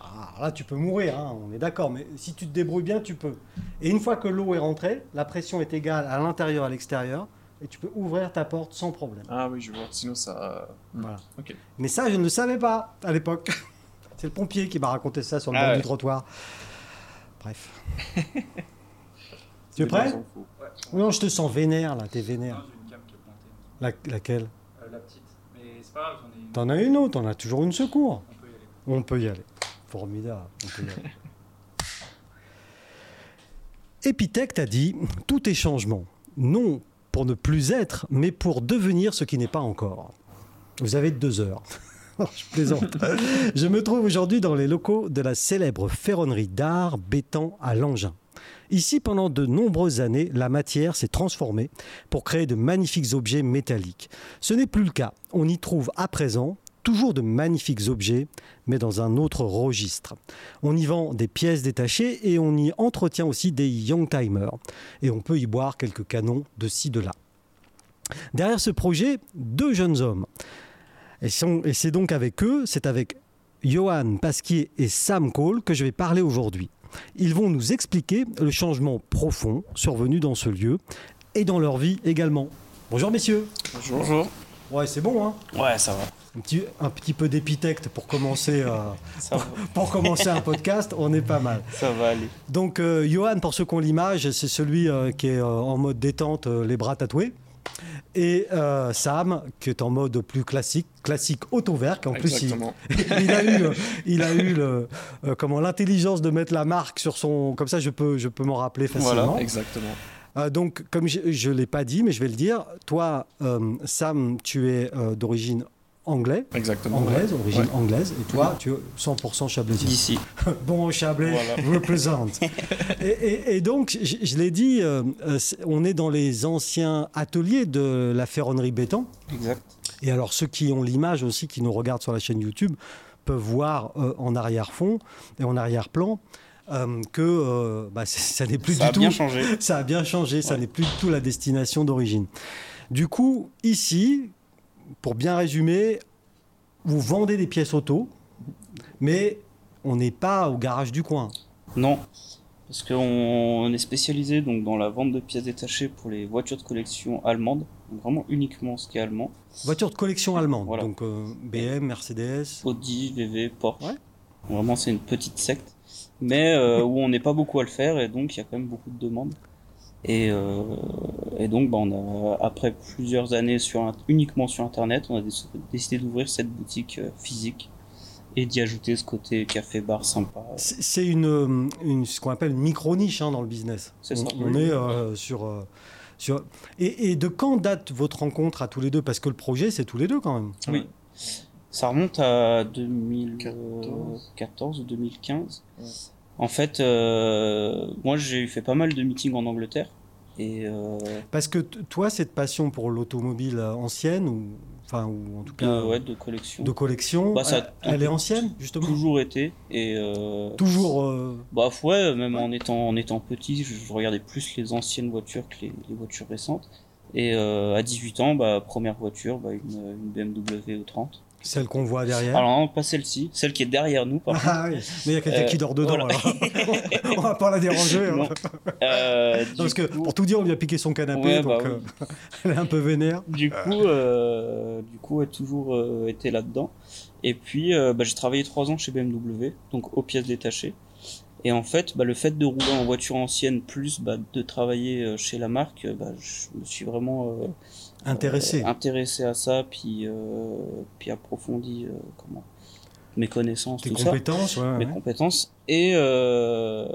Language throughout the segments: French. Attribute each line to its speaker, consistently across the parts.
Speaker 1: Ah, Alors là, tu peux mourir, hein, on est d'accord, mais si tu te débrouilles bien, tu peux. Et une fois que l'eau est rentrée, la pression est égale à l'intérieur et à l'extérieur, et tu peux ouvrir ta porte sans problème.
Speaker 2: Ah oui, je vois. Sinon, ça.
Speaker 1: Voilà.
Speaker 2: Ok.
Speaker 1: Mais ça, je ne le savais pas à l'époque. C'est le pompier qui m'a raconté ça sur le
Speaker 2: Ah
Speaker 1: bord
Speaker 2: ouais.
Speaker 1: du trottoir. Bref. tu es prêt
Speaker 3: Ouais.
Speaker 1: Non, je te sens vénère là, t'es vénère.
Speaker 3: Non, j'ai une cam qui est plantée.
Speaker 1: La- laquelle
Speaker 3: Euh, la petite. Mais c'est pas grave, j'en ai une.
Speaker 1: T'en as une autre, on a toujours une secours.
Speaker 3: On peut y aller.
Speaker 1: On peut y aller. Formidable. On peut y aller. Épithète a dit Tout est changement. Non pour ne plus être, mais pour devenir ce qui n'est pas encore. Vous avez deux heures. Je plaisante. Je me trouve aujourd'hui dans les locaux de la célèbre ferronnerie d'art Bétan à Langin. Ici, pendant de nombreuses années, la matière s'est transformée pour créer de magnifiques objets métalliques. Ce n'est plus le cas. On y trouve à présent toujours de magnifiques objets, mais dans un autre registre. On y vend des pièces détachées et on y entretient aussi des Youngtimers. Et on peut y boire quelques canons de ci, de là. Derrière ce projet, deux jeunes hommes. Et sont- et c'est donc avec eux, c'est avec Johan Pasquier et Sam Cole que je vais parler aujourd'hui. Ils vont nous expliquer le changement profond survenu dans ce lieu et dans leur vie également. Bonjour messieurs.
Speaker 2: Bonjour.
Speaker 1: Ouais, c'est bon hein.
Speaker 4: Ouais, ça va.
Speaker 1: Un petit, un petit peu d'épithète pour commencer, euh,
Speaker 4: Ça va,
Speaker 1: pour commencer un podcast, on est pas mal.
Speaker 4: ça va aller.
Speaker 1: Donc, euh, Johan, pour ceux qui ont l'image, c'est celui euh, qui est euh, en mode détente, euh, les bras tatoués. Et euh, Sam, qui est en mode plus classique, classique auto-verc. En plus, il,
Speaker 2: Exactement.
Speaker 1: il a eu, euh, il a eu le, euh, comment, l'intelligence de mettre la marque sur son. Comme ça, je peux, je peux m'en rappeler facilement.
Speaker 2: Voilà, exactement.
Speaker 1: Euh, donc, comme je ne l'ai pas dit, mais je vais le dire, toi, euh, Sam, tu es euh, d'origine anglaise.
Speaker 2: Exactement.
Speaker 1: Anglaise, origine
Speaker 2: Ouais.
Speaker 1: anglaise, et toi, tu es 100% chablaisien.
Speaker 4: D'ici.
Speaker 1: Bon Chablais, represent. et, et- et donc, je, je l'ai dit, euh, euh, c'est- on est dans les anciens ateliers de la ferronnerie Béton.
Speaker 4: Exact.
Speaker 1: Et alors, ceux qui ont l'image aussi, qui nous regardent sur la chaîne YouTube, peuvent voir euh, en arrière-fond et en arrière-plan euh, que euh, bah, c'est- ça n'est plus
Speaker 4: ça a
Speaker 1: du tout
Speaker 4: bien changé.
Speaker 1: ça a bien changé, ça n'est plus du tout la destination d'origine. Du coup, ici, pour bien résumer, vous vendez des pièces auto, mais on n'est pas au garage du coin.
Speaker 4: Non. Parce qu'on on est spécialisé donc dans la vente de pièces détachées pour les voitures de collection allemandes. Donc vraiment uniquement ce qui est allemand.
Speaker 1: Voiture de collection allemande,
Speaker 4: Voilà.
Speaker 1: donc euh, BM, Mercedes.
Speaker 4: Audi, VV, Porsche.
Speaker 1: Ouais.
Speaker 4: Vraiment, c'est une petite secte. Mais euh, où on n'est pas beaucoup à le faire et donc il y a quand même beaucoup de demandes. Et, euh, et donc, bah, on a, après plusieurs années sur, int- uniquement sur Internet, on a déc- décidé d'ouvrir cette boutique euh, physique et d'y ajouter ce côté café-bar sympa.
Speaker 1: C'est c'est une, euh, une- ce qu'on appelle une micro-niche hein, dans le business.
Speaker 4: C'est
Speaker 1: on,
Speaker 4: ça.
Speaker 1: on est euh, sur... euh, sur... Et, et de quand date votre rencontre à tous les deux Parce que le projet, c'est tous les deux quand même.
Speaker 4: Oui. Ça remonte à
Speaker 2: 14.
Speaker 4: 2014 ou 2015.
Speaker 2: Ouais.
Speaker 4: En fait, euh, moi j'ai fait pas mal de meetings en Angleterre. Et euh,
Speaker 1: Parce que t- toi, cette passion pour l'automobile euh, ancienne, ou, enfin, ou en tout cas
Speaker 4: de, Euh, ouais, de collection.
Speaker 1: de collection,
Speaker 4: Bah, ça-
Speaker 1: euh, elle, elle est ancienne, justement
Speaker 4: toujours été. Et euh,
Speaker 1: Toujours. euh,
Speaker 4: bah ouais, même en étant en étant petit, je, je regardais plus les anciennes voitures que les, les voitures récentes. Et euh, à 18 ans, bah, première voiture, bah, une, une BMW E30.
Speaker 1: celle qu'on voit derrière.
Speaker 4: Alors non, pas celle-ci, celle qui est derrière nous, par
Speaker 1: Ah oui, mais il y a quelqu'un
Speaker 4: Euh,
Speaker 1: qui dort dedans,
Speaker 4: voilà.
Speaker 1: alors. on va pas la déranger. hein.
Speaker 4: Non. Euh, du
Speaker 1: Parce que,
Speaker 4: coup-
Speaker 1: pour tout dire, on lui a piqué son canapé,
Speaker 4: Ouais, bah
Speaker 1: donc euh, elle est un peu vénère.
Speaker 4: Du coup, euh, du coup, a toujours euh, été là-dedans. Et puis, euh, bah, j'ai travaillé trois ans chez BMW, donc aux pièces détachées. Et en fait, bah, le fait de rouler en voiture ancienne, plus bah, de travailler euh, chez la marque, euh, bah, je me suis vraiment euh,
Speaker 1: Intéressée.
Speaker 4: euh, intéressé à ça, puis, euh, puis approfondi euh, comment, mes connaissances,
Speaker 1: Tes
Speaker 4: tout ça
Speaker 1: compétences, Ah ouais,
Speaker 4: mes
Speaker 1: ouais.
Speaker 4: compétences. Et, euh,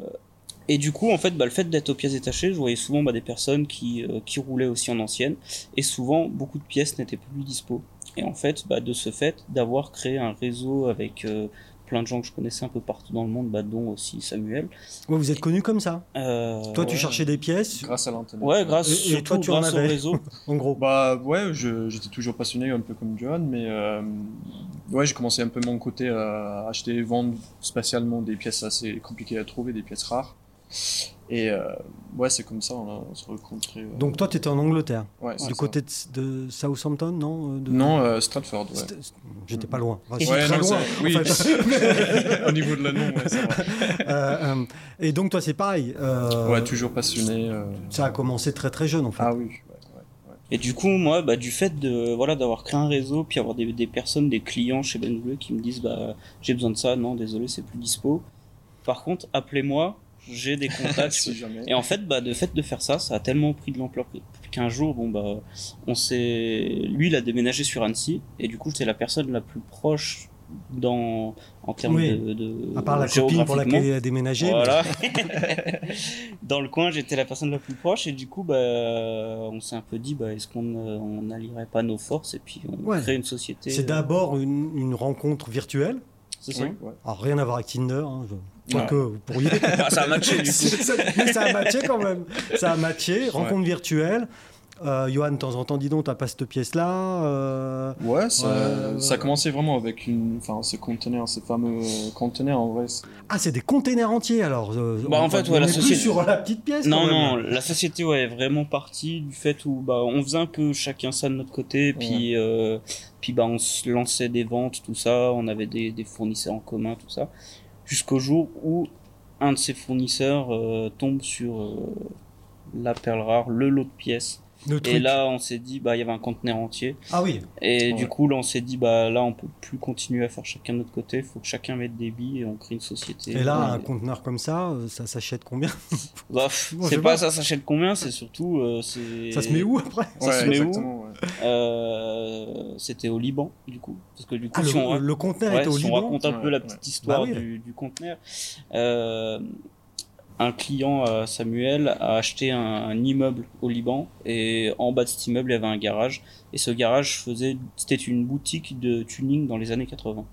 Speaker 4: et du coup, en fait, bah, le fait d'être aux pièces détachées, je voyais souvent bah, des personnes qui, euh, qui roulaient aussi en ancienne. Et souvent, beaucoup de pièces n'étaient plus dispo. Et en fait, bah, de ce fait, d'avoir créé un réseau avec euh, plein de gens que je connaissais un peu partout dans le monde, bah, dont aussi Samuel.
Speaker 1: Ouais, vous êtes connu comme ça.
Speaker 4: Euh,
Speaker 1: Toi, tu
Speaker 4: ouais.
Speaker 1: cherchais des pièces,
Speaker 2: Grâce à l'antenne.
Speaker 4: Ouais, grâce,
Speaker 1: Et- et
Speaker 4: surtout
Speaker 1: toi, tu en
Speaker 4: grâce au
Speaker 1: avais.
Speaker 4: réseau.
Speaker 1: en gros.
Speaker 2: Bah ouais, je- j'étais toujours passionné, un peu comme Johan, mais euh, ouais, j'ai commencé un peu mon côté à acheter et vendre spécialement des pièces assez compliquées à trouver, des pièces rares. Et euh, ouais, c'est comme ça, on, a- on se rencontrait. euh,
Speaker 1: Donc toi, tu étais en Angleterre,
Speaker 2: ouais, c'est
Speaker 1: du
Speaker 2: ça.
Speaker 1: côté de, de Southampton, non euh, de-
Speaker 2: Non, euh, Stratford, ouais.
Speaker 1: C'était- J'étais pas loin. Enfin, je suis
Speaker 2: Ouais,
Speaker 1: très
Speaker 2: non,
Speaker 1: loin.
Speaker 2: c'est- oui.
Speaker 1: en fait.
Speaker 2: Au niveau de la nom, ouais, c'est vrai.
Speaker 1: Euh, euh, et donc toi, c'est pareil. euh,
Speaker 2: Ouais, toujours passionné. euh.
Speaker 1: Ça a commencé très très jeune en fait.
Speaker 2: Ah oui, ouais, ouais.
Speaker 4: Et du coup, moi, bah, du fait de voilà d'avoir créé un réseau, puis avoir des, des personnes, des clients chez Ben Bleu qui me disent bah j'ai besoin de ça, non désolé c'est plus dispo. Par contre, appelez-moi, j'ai des contacts.
Speaker 2: Si jamais.
Speaker 4: Et en fait, bah, de fait de faire ça, ça a tellement pris de l'ampleur que- qu'un jour, bon bah, on s'est, lui, il a déménagé sur Annecy, et du coup, c'est la personne la plus proche dans en termes
Speaker 1: Oui.
Speaker 4: de, de
Speaker 1: À part la copine pour laquelle
Speaker 4: géographiquement.
Speaker 1: il a déménagé.
Speaker 4: Voilà. Dans le coin, j'étais la personne la plus proche et du coup, bah, on s'est un peu dit, bah, est-ce qu'on euh, on n'allierait pas nos forces et puis on
Speaker 1: Ouais.
Speaker 4: crée une société. euh,
Speaker 1: mais C'est d'abord une, une rencontre virtuelle.
Speaker 4: C'est ça.
Speaker 2: Oui, ouais.
Speaker 1: Alors rien à voir avec Tinder. hein, je- Quoique,
Speaker 2: Ouais.
Speaker 1: vous pourriez.
Speaker 4: Ah, ça a matché du coup.
Speaker 1: C'est- c'est- Mais ça a matché quand même. Ça a matché. Rencontre virtuelle. Euh, Johan, de temps en temps, dis donc, t'as pas cette pièce-là. euh,
Speaker 2: Ouais, ça,
Speaker 1: Ouais,
Speaker 2: ça
Speaker 1: ouais.
Speaker 2: a commencé vraiment avec une, enfin, ces containers, ces fameux euh, containers en vrai. c'est-
Speaker 1: Ah, c'est des containers entiers alors. euh,
Speaker 4: Bah,
Speaker 1: on-
Speaker 4: en fait,
Speaker 1: on
Speaker 4: ouais, la
Speaker 1: est plus
Speaker 4: société-
Speaker 1: sur la petite pièce.
Speaker 4: Non,
Speaker 1: quand même.
Speaker 4: non, la société ouais, est vraiment partie du fait où bah, on faisait un peu chacun ça de notre côté, puis, euh, puis bah, on se lançait des ventes, tout ça, on avait des, des fournisseurs en commun, tout ça, jusqu'au jour où un de ces fournisseurs euh, tombe sur euh, la perle rare, le lot de pièces.
Speaker 1: Le
Speaker 4: Et
Speaker 1: truc.
Speaker 4: là, on s'est dit, bah, il y avait un conteneur entier.
Speaker 1: Ah oui.
Speaker 4: Et
Speaker 2: Ouais.
Speaker 4: du coup, là, on s'est dit, bah, là, on peut plus continuer à faire chacun de notre côté, faut que chacun mette des billes et on crée une société.
Speaker 1: Et là, un
Speaker 4: Ouais.
Speaker 1: conteneur comme ça, euh, ça s'achète combien
Speaker 4: Bah, pff,
Speaker 1: Bon, je
Speaker 4: c'est
Speaker 1: sais
Speaker 4: pas,
Speaker 1: pas.
Speaker 4: ça s'achète combien, c'est surtout. euh, c'est-
Speaker 1: Ça se met où après
Speaker 4: Ça se
Speaker 2: Ouais,
Speaker 4: met où
Speaker 2: exactement, ouais.
Speaker 4: Euh, C'était au Liban, du coup. Parce que du coup,
Speaker 1: Ah,
Speaker 4: si, on,
Speaker 1: le,
Speaker 4: rac-
Speaker 1: le conteneur
Speaker 4: ouais,
Speaker 1: était au
Speaker 4: si on
Speaker 1: Liban.
Speaker 4: raconte un peu
Speaker 2: Ouais,
Speaker 4: la
Speaker 2: ouais.
Speaker 4: petite histoire
Speaker 1: Bah oui.
Speaker 4: du, du conteneur, euh, un client, euh, Samuel, a acheté un, un immeuble au Liban et en bas de cet immeuble, il y avait un garage. Et ce garage faisait, c'était une boutique de tuning dans les années 80.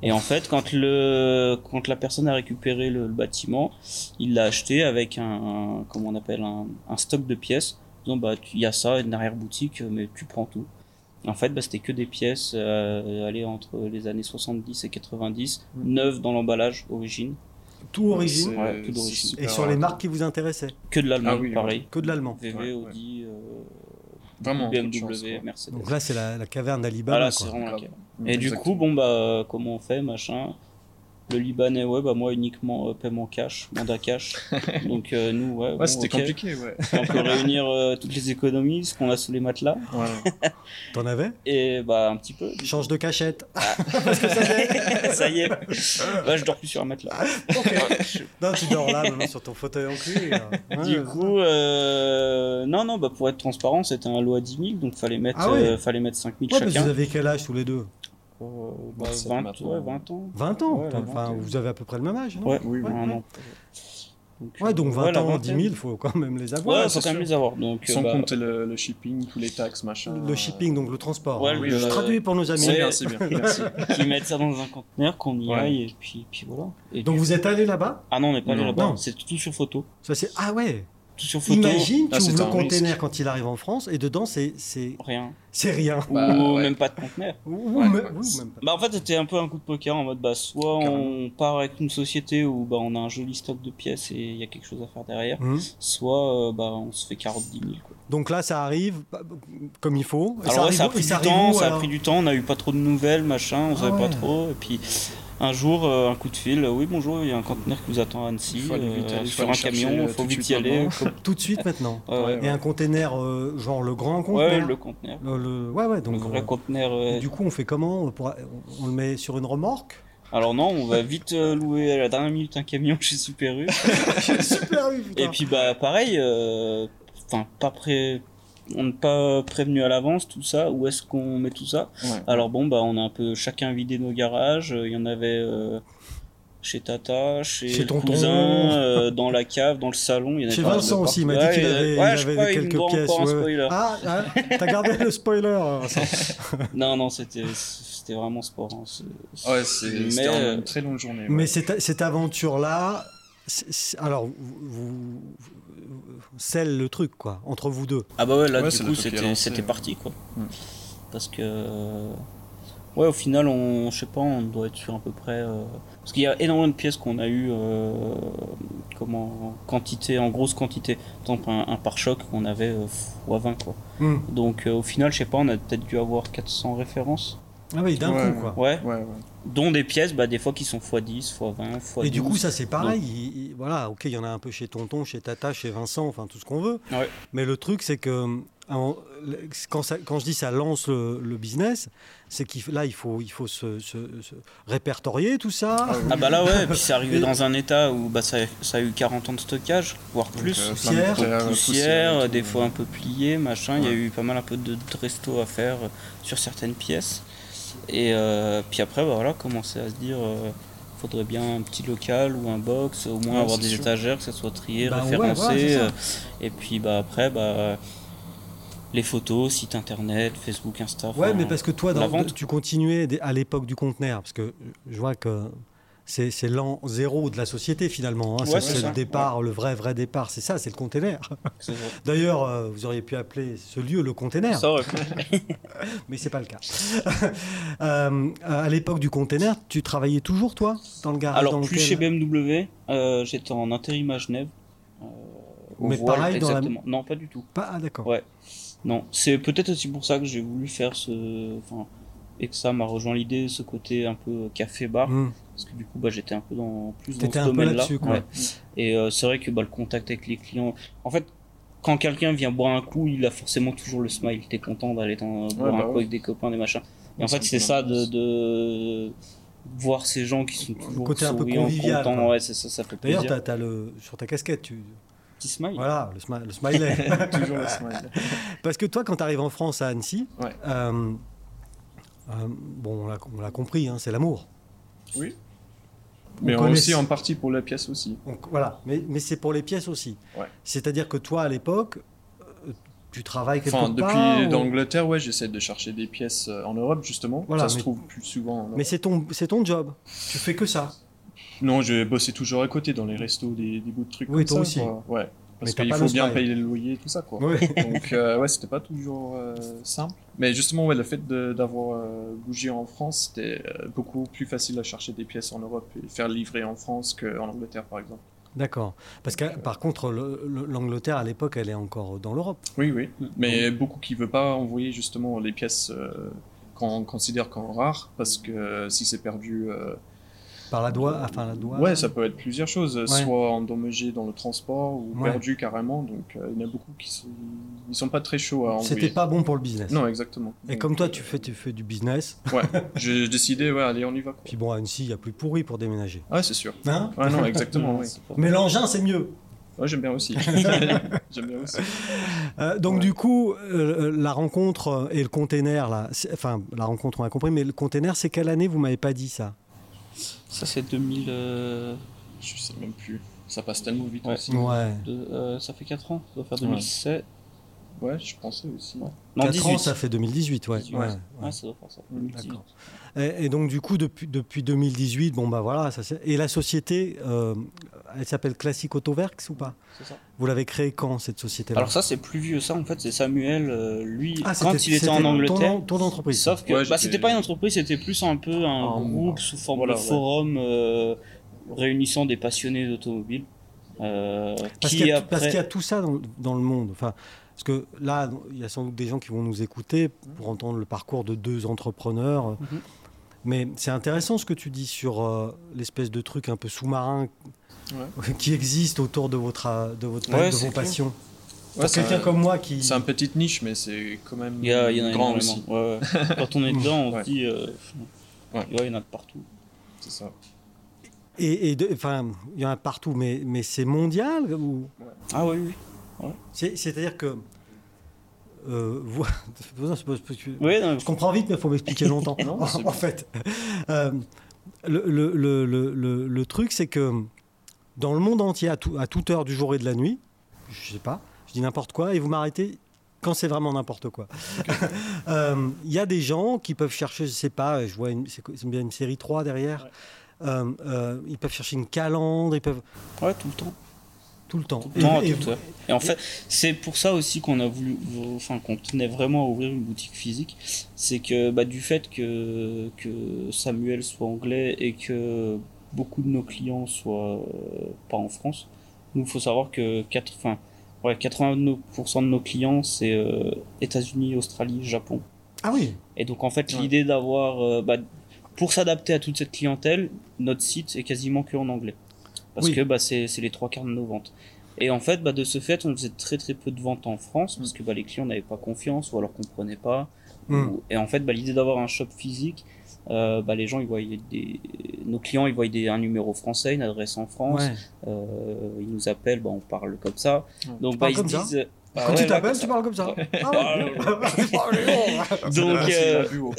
Speaker 4: Et en fait, quand le, quand la personne a récupéré le, le bâtiment, il l'a acheté avec un, un- comment on appelle, un, un stock de pièces. Disant, bah, tu- il y a ça, une arrière-boutique, mais tu prends tout. En fait, bah, c'était que des pièces, euh, allez, entre les années 70 et 90,
Speaker 2: Mm.
Speaker 4: neuves dans l'emballage, origine,
Speaker 1: Tout origine.
Speaker 2: C'est-
Speaker 4: Ouais, tout
Speaker 2: c'est
Speaker 4: d'origine.
Speaker 1: Et
Speaker 2: super
Speaker 1: sur les
Speaker 2: rare.
Speaker 1: marques qui vous intéressaient.
Speaker 4: que de l'allemand,
Speaker 2: Ah oui,
Speaker 4: pareil.
Speaker 1: Que de l'allemand.
Speaker 4: VV,
Speaker 2: Ouais, ouais.
Speaker 4: Audi, euh,
Speaker 2: Vraiment, trop de
Speaker 4: BMW,
Speaker 2: chance, quoi.
Speaker 4: Mercedes.
Speaker 1: Donc là, c'est la, la caverne d'Alibaba.
Speaker 4: voilà,
Speaker 1: quoi.
Speaker 4: c'est vraiment la
Speaker 2: Grave.
Speaker 4: guerre.
Speaker 2: Mm,
Speaker 4: Et du
Speaker 2: exactement.
Speaker 4: coup, bon, bah, euh, comment on fait, machin Le Libanais, ouais, bah, moi, uniquement euh, paiement cash, mandat cash. Donc, euh, nous, ouais. bon,
Speaker 2: Ouais, c'était
Speaker 4: ok.
Speaker 2: compliqué, ouais.
Speaker 4: On peut réunir euh, toutes les économies, ce qu'on a sous les matelas.
Speaker 2: Ouais.
Speaker 1: T'en avais
Speaker 4: Et, bah, un petit peu.
Speaker 1: Change de cachette.
Speaker 4: ça y est. Bah, je dors plus sur un matelas.
Speaker 1: Non, tu dors là, maintenant, sur ton fauteuil en cul. et, euh, hein,
Speaker 4: Du
Speaker 1: euh,
Speaker 4: coup, euh, non, non, bah, pour être transparent, c'était un lot à 10 000, donc fallait mettre,
Speaker 1: Ah ouais.
Speaker 4: euh, fallait mettre 5 000
Speaker 1: Ouais, parce que
Speaker 4: chacun.
Speaker 1: vous avez quel âge tous les deux
Speaker 4: Euh, bah,
Speaker 2: Ouais, c'est
Speaker 4: 20,
Speaker 2: maintenant.
Speaker 4: ouais, 20 ans.
Speaker 1: 20 ans.
Speaker 4: Ouais, la
Speaker 1: enfin,
Speaker 4: vingtaine.
Speaker 1: vous avez à peu près le même âge, non
Speaker 4: Ouais,
Speaker 2: Oui, oui.
Speaker 4: un an.
Speaker 1: Ouais, donc 20
Speaker 4: ouais, la
Speaker 1: ans, 10 000,
Speaker 4: vingtaine.
Speaker 1: faut quand même les
Speaker 4: Ouais,
Speaker 1: avoir.
Speaker 4: faut
Speaker 2: c'est
Speaker 4: quand même
Speaker 2: sûr.
Speaker 4: les avoir. Donc, euh,
Speaker 2: Sans
Speaker 4: bah,
Speaker 2: compter le, le shipping, tous les taxes, machin.
Speaker 1: Le shipping, donc le transport.
Speaker 4: Ouais,
Speaker 1: hein.
Speaker 4: oui,
Speaker 1: Je
Speaker 4: euh,
Speaker 1: traduis pour nos amis.
Speaker 4: c'est-
Speaker 2: C'est bien, c'est bien. Merci.
Speaker 4: qui mettent ça dans un conteneur, qu'on y
Speaker 2: Ouais.
Speaker 4: aille, et puis, puis voilà. Et
Speaker 1: Donc
Speaker 4: puis-
Speaker 1: vous êtes allé là-bas
Speaker 4: Ah non, on n'est pas allé
Speaker 2: Non.
Speaker 4: là-bas,
Speaker 1: Non.
Speaker 4: c'est tout sur photo.
Speaker 1: Ça, c'est- Ah ouais
Speaker 4: Tout sur photo,
Speaker 1: Imagine, tu
Speaker 2: Ah, c'est
Speaker 1: ouvres le
Speaker 2: un
Speaker 1: container
Speaker 2: risque.
Speaker 1: quand il arrive en France et dedans, c'est- c'est
Speaker 4: rien.
Speaker 1: c'est rien.
Speaker 2: Bah,
Speaker 4: Ou
Speaker 2: ouais.
Speaker 4: même pas de conteneur.
Speaker 1: Ou,
Speaker 2: Ouais,
Speaker 1: me-
Speaker 2: ouais.
Speaker 1: ou même pas.
Speaker 4: Bah en fait c'était un peu un coup de poker en mode bah soit on
Speaker 2: Carrément.
Speaker 4: part avec une société où bah on a un joli stock de pièces et il y a quelque chose à faire derrière,
Speaker 1: Hum.
Speaker 4: soit euh, bah on se fait carotte 10 000 quoi.
Speaker 1: Donc là, ça arrive bah, comme il faut. Et
Speaker 4: Alors ouais,
Speaker 1: arrive
Speaker 4: ça a
Speaker 1: où-
Speaker 4: pris
Speaker 1: et
Speaker 4: du
Speaker 1: arrive
Speaker 4: temps,
Speaker 1: où,
Speaker 4: ça a
Speaker 1: alors
Speaker 4: pris du temps, on a eu pas trop de nouvelles, machin, on
Speaker 1: Ah
Speaker 4: savait
Speaker 1: ouais.
Speaker 4: pas trop, et puis un jour euh, un coup de fil, euh, oui bonjour, il y a un conteneur qui vous attend à Annecy,
Speaker 2: Il faut aller vite,
Speaker 4: euh,
Speaker 2: aller
Speaker 4: sur
Speaker 2: aller
Speaker 4: un
Speaker 2: chercher,
Speaker 4: camion,
Speaker 2: euh,
Speaker 4: faut
Speaker 2: tout de
Speaker 4: vite y
Speaker 2: suite
Speaker 4: aller.
Speaker 2: maintenant.
Speaker 4: faut-
Speaker 1: Tout de suite maintenant.
Speaker 4: Ouais, ouais.
Speaker 1: Et un conteneur, euh, genre le grand
Speaker 4: Ouais,
Speaker 1: conteneur.
Speaker 4: le conteneur.
Speaker 1: le... le- Ouais, ouais.
Speaker 4: Le
Speaker 1: Donc,
Speaker 4: vrai
Speaker 1: euh,
Speaker 4: conteneur. euh,
Speaker 1: du coup, on fait comment pour... on, on le met sur une remorque
Speaker 4: Alors non, on va vite euh, louer à la dernière minute un camion chez Super U.
Speaker 1: Super, oui, putain.
Speaker 4: Et puis bah pareil, euh, enfin pas pré... on n'est pas prévenu à l'avance tout ça. Où est-ce qu'on met tout ça
Speaker 2: Ouais.
Speaker 4: Alors bon bah on a un peu chacun vidé nos garages. Euh, Il y en avait euh, chez Tata, chez,
Speaker 1: Chez
Speaker 4: le
Speaker 1: tonton.
Speaker 4: cousin, euh, dans la cave, dans le salon. Il y en avait
Speaker 1: Chez
Speaker 4: pas mal
Speaker 1: Vincent
Speaker 4: de
Speaker 1: aussi, il m'a
Speaker 4: partout.
Speaker 1: dit qu'il
Speaker 4: Ouais,
Speaker 1: avait, il
Speaker 4: ouais, je
Speaker 1: avait
Speaker 4: crois, il me
Speaker 1: quelques
Speaker 4: doit
Speaker 1: pièces.
Speaker 4: encore un
Speaker 1: ouais, ouais.
Speaker 4: spoiler.
Speaker 1: Ah, ah, t'as gardé le spoiler. Vincent.
Speaker 4: Non non c'était c'était vraiment sport. hein. C'est- c'est-
Speaker 2: Ouais, c'est-
Speaker 4: mais
Speaker 2: c'était
Speaker 4: euh,
Speaker 2: une très longue journée.
Speaker 1: Mais
Speaker 2: ouais.
Speaker 1: cette, cette aventure-là, c'est- c'est- alors, vous, vous, vous- scelle le truc, quoi, entre vous deux.
Speaker 4: Ah bah ouais, là
Speaker 2: Ouais,
Speaker 4: du
Speaker 2: c'est
Speaker 4: coup
Speaker 2: le truc qui a
Speaker 4: c'était
Speaker 2: lancé,
Speaker 4: c'était
Speaker 2: ouais.
Speaker 4: parti quoi.
Speaker 2: Mm.
Speaker 4: Parce que euh, ouais au final on je sais pas on doit être sur à peu près euh, parce qu'il y a énormément de pièces qu'on a eu euh, comme en quantité, en grosse quantité. Par exemple, un, un pare-choc qu'on avait euh, x20, quoi.
Speaker 1: Hmm.
Speaker 4: Donc, euh, au final, je sais pas, on a peut-être dû avoir 400 références.
Speaker 1: Ah oui, d'un
Speaker 2: Ouais.
Speaker 1: coup, quoi.
Speaker 4: Ouais.
Speaker 2: Ouais, ouais.
Speaker 4: Dont des pièces, bah, des fois, qui sont x10, x20, x12.
Speaker 1: Et du coup, ça c'est pareil. il- il- voilà, ok, il y en a un peu chez Tonton, chez Tata, chez Vincent, enfin tout ce qu'on veut.
Speaker 4: Ouais.
Speaker 1: Mais le truc, c'est que euh, en- le- quand, ça- quand je dis ça lance le, le business, c'est qu'il là, il faut, il faut se, se- se répertorier tout ça.
Speaker 2: Ah oui.
Speaker 4: Ah bah là ouais, et puis c'est arrivé
Speaker 1: Et-
Speaker 4: dans un état où bah, ça, ça a eu 40 ans de stockage, voire plus.
Speaker 2: euh,
Speaker 1: poussière. euh,
Speaker 2: plein de
Speaker 4: poussière, euh,
Speaker 2: poussière et tout,
Speaker 4: des
Speaker 2: ouais.
Speaker 4: fois un peu plié, machin. Il y a
Speaker 2: Ouais.
Speaker 4: eu pas mal un peu de de resto à faire euh, sur certaines pièces. Et euh, puis après, bah, voilà, commencer à se dire, euh, faudrait bien un petit local ou un box, au moins
Speaker 2: Ouais,
Speaker 4: avoir
Speaker 2: c'est
Speaker 4: des
Speaker 2: sûr.
Speaker 4: étagères, que ça soit trié,
Speaker 1: Bah ouais,
Speaker 4: référencé.
Speaker 1: voilà, c'est ça.
Speaker 4: euh, et puis bah après, bah les photos, site internet, Facebook, Insta.
Speaker 1: Ouais,
Speaker 4: enfin,
Speaker 1: mais parce que toi,
Speaker 4: la
Speaker 1: dans-
Speaker 4: vente.
Speaker 1: tu continuais des- à l'époque du conteneur, parce que je vois que c'est c'est l'an zéro de la société finalement. hein.
Speaker 4: Ouais,
Speaker 1: C'est-
Speaker 4: c'est
Speaker 1: c'est
Speaker 4: ça,
Speaker 1: le départ, le vrai, vrai départ. C'est ça, c'est le conteneur.
Speaker 4: c'est vrai.
Speaker 1: D'ailleurs, euh, vous auriez pu appeler ce lieu le conteneur.
Speaker 4: Ça aurait pu-
Speaker 1: mais c'est pas le cas. Euh, à l'époque du container, tu travaillais toujours toi dans le garage
Speaker 4: Alors
Speaker 1: dans
Speaker 4: plus
Speaker 1: lequel-
Speaker 4: chez BMW, euh, j'étais en intérim à Genève. euh, au
Speaker 1: Mais
Speaker 4: voile,
Speaker 1: pareil, dans la-
Speaker 4: exactement. Non, pas du tout.
Speaker 1: Pas- ah, d'accord.
Speaker 4: Ouais. Non, c'est peut-être aussi pour ça que j'ai voulu faire ce, enfin, et que ça m'a rejoint l'idée, ce côté un peu café bar,
Speaker 1: Hmm.
Speaker 4: parce que du coup, bah, j'étais un peu dans plus dans
Speaker 1: T'étais un
Speaker 4: ce
Speaker 1: peu
Speaker 4: domaine-là.
Speaker 1: là-dessus, quoi.
Speaker 4: ouais. Et euh, c'est vrai que bah, le contact avec les clients, en fait. Quand quelqu'un vient boire un coup, il a forcément toujours le smile. T'es content d'aller t'en- boire
Speaker 2: bah
Speaker 4: un coup
Speaker 2: ouais.
Speaker 4: avec des copains, des machins. Et en
Speaker 2: Ça
Speaker 4: fait,
Speaker 2: me
Speaker 4: c'est
Speaker 2: plaît.
Speaker 4: ça de, de voir ces gens qui sont toujours
Speaker 1: côté un peu
Speaker 4: souriants,
Speaker 1: convivial,
Speaker 4: contents.
Speaker 1: quoi.
Speaker 4: Ouais, c'est ça, ça fait
Speaker 1: D'ailleurs,
Speaker 4: plaisir.
Speaker 1: t'as, t'as le sur ta casquette, tu
Speaker 4: Petit smile.
Speaker 1: voilà le, smi- le smiley.
Speaker 2: Toujours la smile.
Speaker 1: Parce que toi, quand tu arrives en France à Annecy,
Speaker 2: Ouais.
Speaker 1: euh, euh, bon, on l'a, on l'a compris, hein, c'est l'amour.
Speaker 2: Mais
Speaker 1: On connaît-
Speaker 2: aussi en partie pour la pièce aussi.
Speaker 1: Donc, voilà, mais, mais c'est pour les pièces aussi.
Speaker 2: Ouais.
Speaker 1: C'est-à-dire que toi, à l'époque, euh, tu travailles quelque
Speaker 2: Enfin,
Speaker 1: part.
Speaker 2: depuis
Speaker 1: ou-
Speaker 2: d'Angleterre, ouais, j'essaie de chercher des pièces euh, en Europe justement.
Speaker 1: Voilà,
Speaker 2: ça
Speaker 1: mais-
Speaker 2: se trouve plus souvent. en Europe.
Speaker 1: Mais c'est ton, c'est ton job. Tu fais que ça.
Speaker 2: Non, je bossais toujours à côté dans les restos, des, des bouts de trucs
Speaker 1: Oui,
Speaker 2: comme
Speaker 1: toi
Speaker 2: ça,
Speaker 1: aussi.
Speaker 2: quoi. Ouais.
Speaker 1: Mais
Speaker 2: Parce
Speaker 1: t'as
Speaker 2: qu'il
Speaker 1: pas
Speaker 2: faut
Speaker 1: le
Speaker 2: bien
Speaker 1: smile.
Speaker 2: payer les loyers et tout ça, quoi.
Speaker 1: Ouais.
Speaker 2: Donc, euh, ouais, c'était pas toujours euh, simple. Mais justement, ouais, le fait de- d'avoir euh, bougé en France, c'était euh, beaucoup plus facile à chercher des pièces en Europe et faire livrer en France qu'en Angleterre, par exemple.
Speaker 1: D'accord. Parce que par contre, le- le- l'Angleterre à l'époque, elle est encore dans l'Europe.
Speaker 2: Oui, oui. Mais beaucoup qui ne veulent pas envoyer justement les pièces euh, qu'on considère comme rares, parce que euh, si c'est perdu. euh,
Speaker 1: Par la doigt, enfin la doigt.
Speaker 2: Ouais, ça peut être plusieurs choses, euh,
Speaker 1: Ouais.
Speaker 2: soit endommagé dans le transport ou
Speaker 1: Ouais.
Speaker 2: perdu carrément. Donc euh, il y en a beaucoup qui sont, ils sont pas très chauds à envoyer.
Speaker 1: C'était pas bon pour le business.
Speaker 2: Non, exactement.
Speaker 1: Et
Speaker 2: Donc,
Speaker 1: comme toi,
Speaker 2: euh,
Speaker 1: tu fais, tu fais du business.
Speaker 2: Ouais, j'ai décidé, ouais, allez, on y va. Quoi.
Speaker 1: Puis bon, à Annecy, il y a plus pourri pour déménager.
Speaker 2: Ah, c'est sûr.
Speaker 1: Hein
Speaker 2: Ouais, non, exactement.
Speaker 4: Non,
Speaker 2: ouais.
Speaker 4: c'est pas-
Speaker 1: Mais l'engin, c'est mieux.
Speaker 2: Ouais, j'aime bien aussi. j'aime bien aussi.
Speaker 1: Euh, donc
Speaker 2: Ouais.
Speaker 1: du coup, euh, la rencontre et le container, là, c'est- enfin la rencontre, on a compris, mais le container, c'est quelle année Vous m'avez pas dit ça.
Speaker 4: Ça, c'est 2000. euh,
Speaker 2: Je sais même plus. Ça passe tellement vite
Speaker 4: Ouais.
Speaker 2: aussi.
Speaker 1: Ouais.
Speaker 4: de- euh, ça fait 4 ans, ça doit faire
Speaker 2: Ouais.
Speaker 4: 2007.
Speaker 2: Ouais, je pensais aussi.
Speaker 4: Non,
Speaker 1: 4 ans,
Speaker 4: 18.
Speaker 1: ça fait 2018, ouais.
Speaker 4: 18,
Speaker 1: ouais,
Speaker 4: ouais.
Speaker 1: ouais.
Speaker 4: Ouais, ça doit faire ça.
Speaker 1: D'accord. Et, et donc du coup, depuis, depuis 2018, bon bah voilà, ça, c'est- et la société, euh, elle s'appelle Classic Autoverx ou pas
Speaker 4: C'est ça.
Speaker 1: Vous l'avez créée quand cette société-là
Speaker 4: Alors, ça, c'est plus vieux, ça en fait, c'est Samuel, euh, lui,
Speaker 1: Ah,
Speaker 4: quand il était en
Speaker 1: ton-
Speaker 4: Angleterre.
Speaker 1: Ton, ton entreprise.
Speaker 4: Sauf que
Speaker 2: Ouais,
Speaker 4: bah,
Speaker 2: j'étais-
Speaker 4: c'était pas une entreprise, c'était plus un peu un
Speaker 1: Ah,
Speaker 2: Un-
Speaker 4: groupe sous forme
Speaker 2: voilà,
Speaker 4: de
Speaker 2: ouais.
Speaker 4: forum euh, réunissant des passionnés d'automobile. euh,
Speaker 1: Parce
Speaker 4: qui
Speaker 1: qu'il y, a tout-
Speaker 4: après...
Speaker 1: parce qu'il y a tout ça dans, dans le monde. Enfin, parce que là, il y a sans doute des gens qui vont nous écouter pour entendre le parcours de deux entrepreneurs.
Speaker 4: Mhm.
Speaker 1: Mais c'est intéressant ce que tu dis sur euh, l'espèce de truc un peu sous-marin qui existe autour de votre euh, de votre
Speaker 4: Ouais,
Speaker 1: de
Speaker 4: c'est
Speaker 1: vos
Speaker 4: clair.
Speaker 1: passions.
Speaker 2: Ouais,
Speaker 1: Pour
Speaker 2: c'est
Speaker 1: quelqu'un
Speaker 2: un-
Speaker 1: comme moi qui
Speaker 2: C'est une petite niche, mais c'est quand même
Speaker 4: Il y, a- il y en a
Speaker 2: grand
Speaker 4: énormément.
Speaker 2: aussi.
Speaker 4: Ouais, ouais. Quand on est dedans, on
Speaker 2: Ouais.
Speaker 4: se dit. euh,
Speaker 2: Ouais.
Speaker 4: ouais, il y en a de partout.
Speaker 2: C'est ça.
Speaker 1: et, et de- enfin, il y en a partout, mais mais c'est mondial ou
Speaker 4: Ah oui, oui.
Speaker 1: c'est à dire que euh, vous- non, c'est pas- c'est pas-
Speaker 4: Oui, non,
Speaker 1: Je comprends vite, mais il faut m'expliquer longtemps.
Speaker 2: Non, c'est
Speaker 1: en
Speaker 2: bien.
Speaker 1: fait, Euh, le, le- le- le- le- le truc, c'est que dans le monde entier, à, tout- à toute heure du jour et de la nuit, je sais pas, je dis n'importe quoi, et vous m'arrêtez quand c'est vraiment n'importe quoi. Euh, Il y a des gens qui peuvent chercher, je sais pas, je vois, une- c'est quoi- c'est bien une série 3 derrière. Euh, euh, ils peuvent chercher une calandre, ils peuvent
Speaker 4: ouais, tout le temps.
Speaker 1: tout le temps.
Speaker 4: Tout le temps, à
Speaker 1: Et- et-
Speaker 4: toute heure. Et en fait, c'est pour ça aussi qu'on a voulu, enfin, qu'on tenait vraiment à ouvrir une boutique physique. C'est que, bah, du fait que, que Samuel soit anglais et que beaucoup de nos clients soient euh, pas en France, Nous, faut savoir que 4, enfin, ouais, 80% de nos clients, c'est euh, États-Unis, Australie, Japon.
Speaker 1: Ah oui
Speaker 4: Et donc, en fait,
Speaker 2: Ouais.
Speaker 4: l'idée d'avoir. euh, bah, pour s'adapter à toute cette clientèle, notre site est quasiment que en anglais. Parce
Speaker 1: Oui.
Speaker 4: que bah, c'est c'est les trois quarts de nos ventes. Et en fait, bah, de ce fait, on faisait très très peu de ventes en France parce
Speaker 1: Mm.
Speaker 4: que bah, les clients n'avaient pas confiance ou alors comprenaient pas.
Speaker 1: Hmm.
Speaker 4: Ou- Et en fait, bah, l'idée d'avoir un shop physique, euh, bah, les gens, ils voyaient des... nos clients, ils voyaient des... un numéro français, une adresse en France.
Speaker 1: Ouais.
Speaker 4: Euh, ils nous appellent, bah, on parle comme ça.
Speaker 2: Ouais.
Speaker 4: Donc
Speaker 1: Tu
Speaker 4: bah,
Speaker 1: parles
Speaker 4: ils se
Speaker 1: comme ça
Speaker 4: disent. Bah,
Speaker 1: Quand
Speaker 4: ouais,
Speaker 1: tu
Speaker 4: là,
Speaker 1: t'appelles,
Speaker 4: comme
Speaker 1: tu parles comme ça. Ah
Speaker 4: ouais.
Speaker 1: ouais.
Speaker 4: ça. Donc,
Speaker 2: Merci,
Speaker 4: euh,
Speaker 2: la vue, ouais.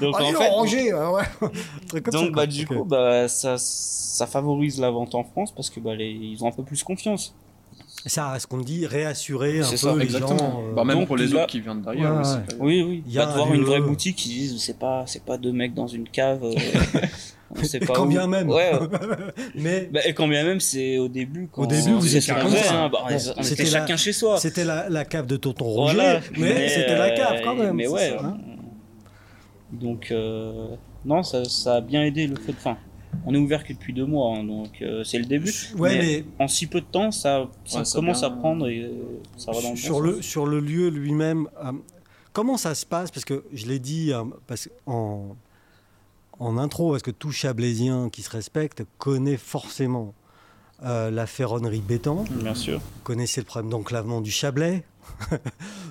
Speaker 4: donc
Speaker 1: Ah,
Speaker 4: en
Speaker 1: dis-donc,
Speaker 4: fait,
Speaker 1: Roger, euh, ouais. Un truc comme ça,
Speaker 4: donc
Speaker 1: quoi.
Speaker 4: bah, du
Speaker 1: Ok.
Speaker 4: coup, bah, ça, ça favorise la vente en France parce que bah, les, ils ont un peu plus confiance.
Speaker 1: Ça, ce qu'on dit, réassurer un
Speaker 4: C'est
Speaker 1: peu
Speaker 4: ça,
Speaker 1: les
Speaker 2: Exactement.
Speaker 1: gens. euh,
Speaker 2: Bah, même
Speaker 4: donc
Speaker 2: pour les
Speaker 4: là-
Speaker 2: autres qui viennent d'ailleurs.
Speaker 1: Ouais,
Speaker 2: aussi,
Speaker 1: ouais.
Speaker 2: d'ailleurs.
Speaker 4: Oui, oui.
Speaker 1: Il y a E.
Speaker 4: Bah, de voir
Speaker 1: un
Speaker 4: une
Speaker 1: lieu-
Speaker 4: vraie boutique, ils disent c'est pas, c'est pas deux mecs dans une cave. euh, on sait pas
Speaker 1: quand
Speaker 4: où.
Speaker 1: bien même.
Speaker 4: Ouais.
Speaker 1: Mais
Speaker 4: Bah, et quand bien même, c'est au début. Quand
Speaker 1: Au début,
Speaker 4: on
Speaker 1: vous
Speaker 4: faisait
Speaker 1: étiez
Speaker 4: ce qu'on
Speaker 1: comme
Speaker 4: faisait,
Speaker 1: ça.
Speaker 4: hein, bah,
Speaker 1: Bon,
Speaker 4: on était- on
Speaker 1: c'était
Speaker 4: était
Speaker 1: la-
Speaker 4: chacun chez soi.
Speaker 1: c'était la, la cave de tonton Roger,
Speaker 4: Voilà,
Speaker 1: mais, c'était la cave quand
Speaker 4: euh,
Speaker 1: même.
Speaker 4: Mais
Speaker 1: c'est
Speaker 4: ouais.
Speaker 1: ça, hein.
Speaker 4: donc, euh, non, ça, ça a bien aidé le fait. Enfin, on est ouvert que depuis deux mois, hein, donc euh, c'est le début.
Speaker 1: ouais,
Speaker 4: mais,
Speaker 1: mais
Speaker 4: en si peu de temps, ça, ça
Speaker 2: Ouais, ça
Speaker 4: commence
Speaker 2: vient-
Speaker 4: à prendre et euh, ça va dans le
Speaker 1: sur,
Speaker 4: bon
Speaker 1: le,
Speaker 4: sens.
Speaker 1: sur le lieu lui-même, euh, comment ça se passe Parce que je l'ai dit euh, parce en, en intro, parce que tout chablaisien qui se respecte connaît forcément euh, la ferronnerie Bétan.
Speaker 4: Bien sûr.
Speaker 1: Vous connaissez le problème d'enclavement du Chablais.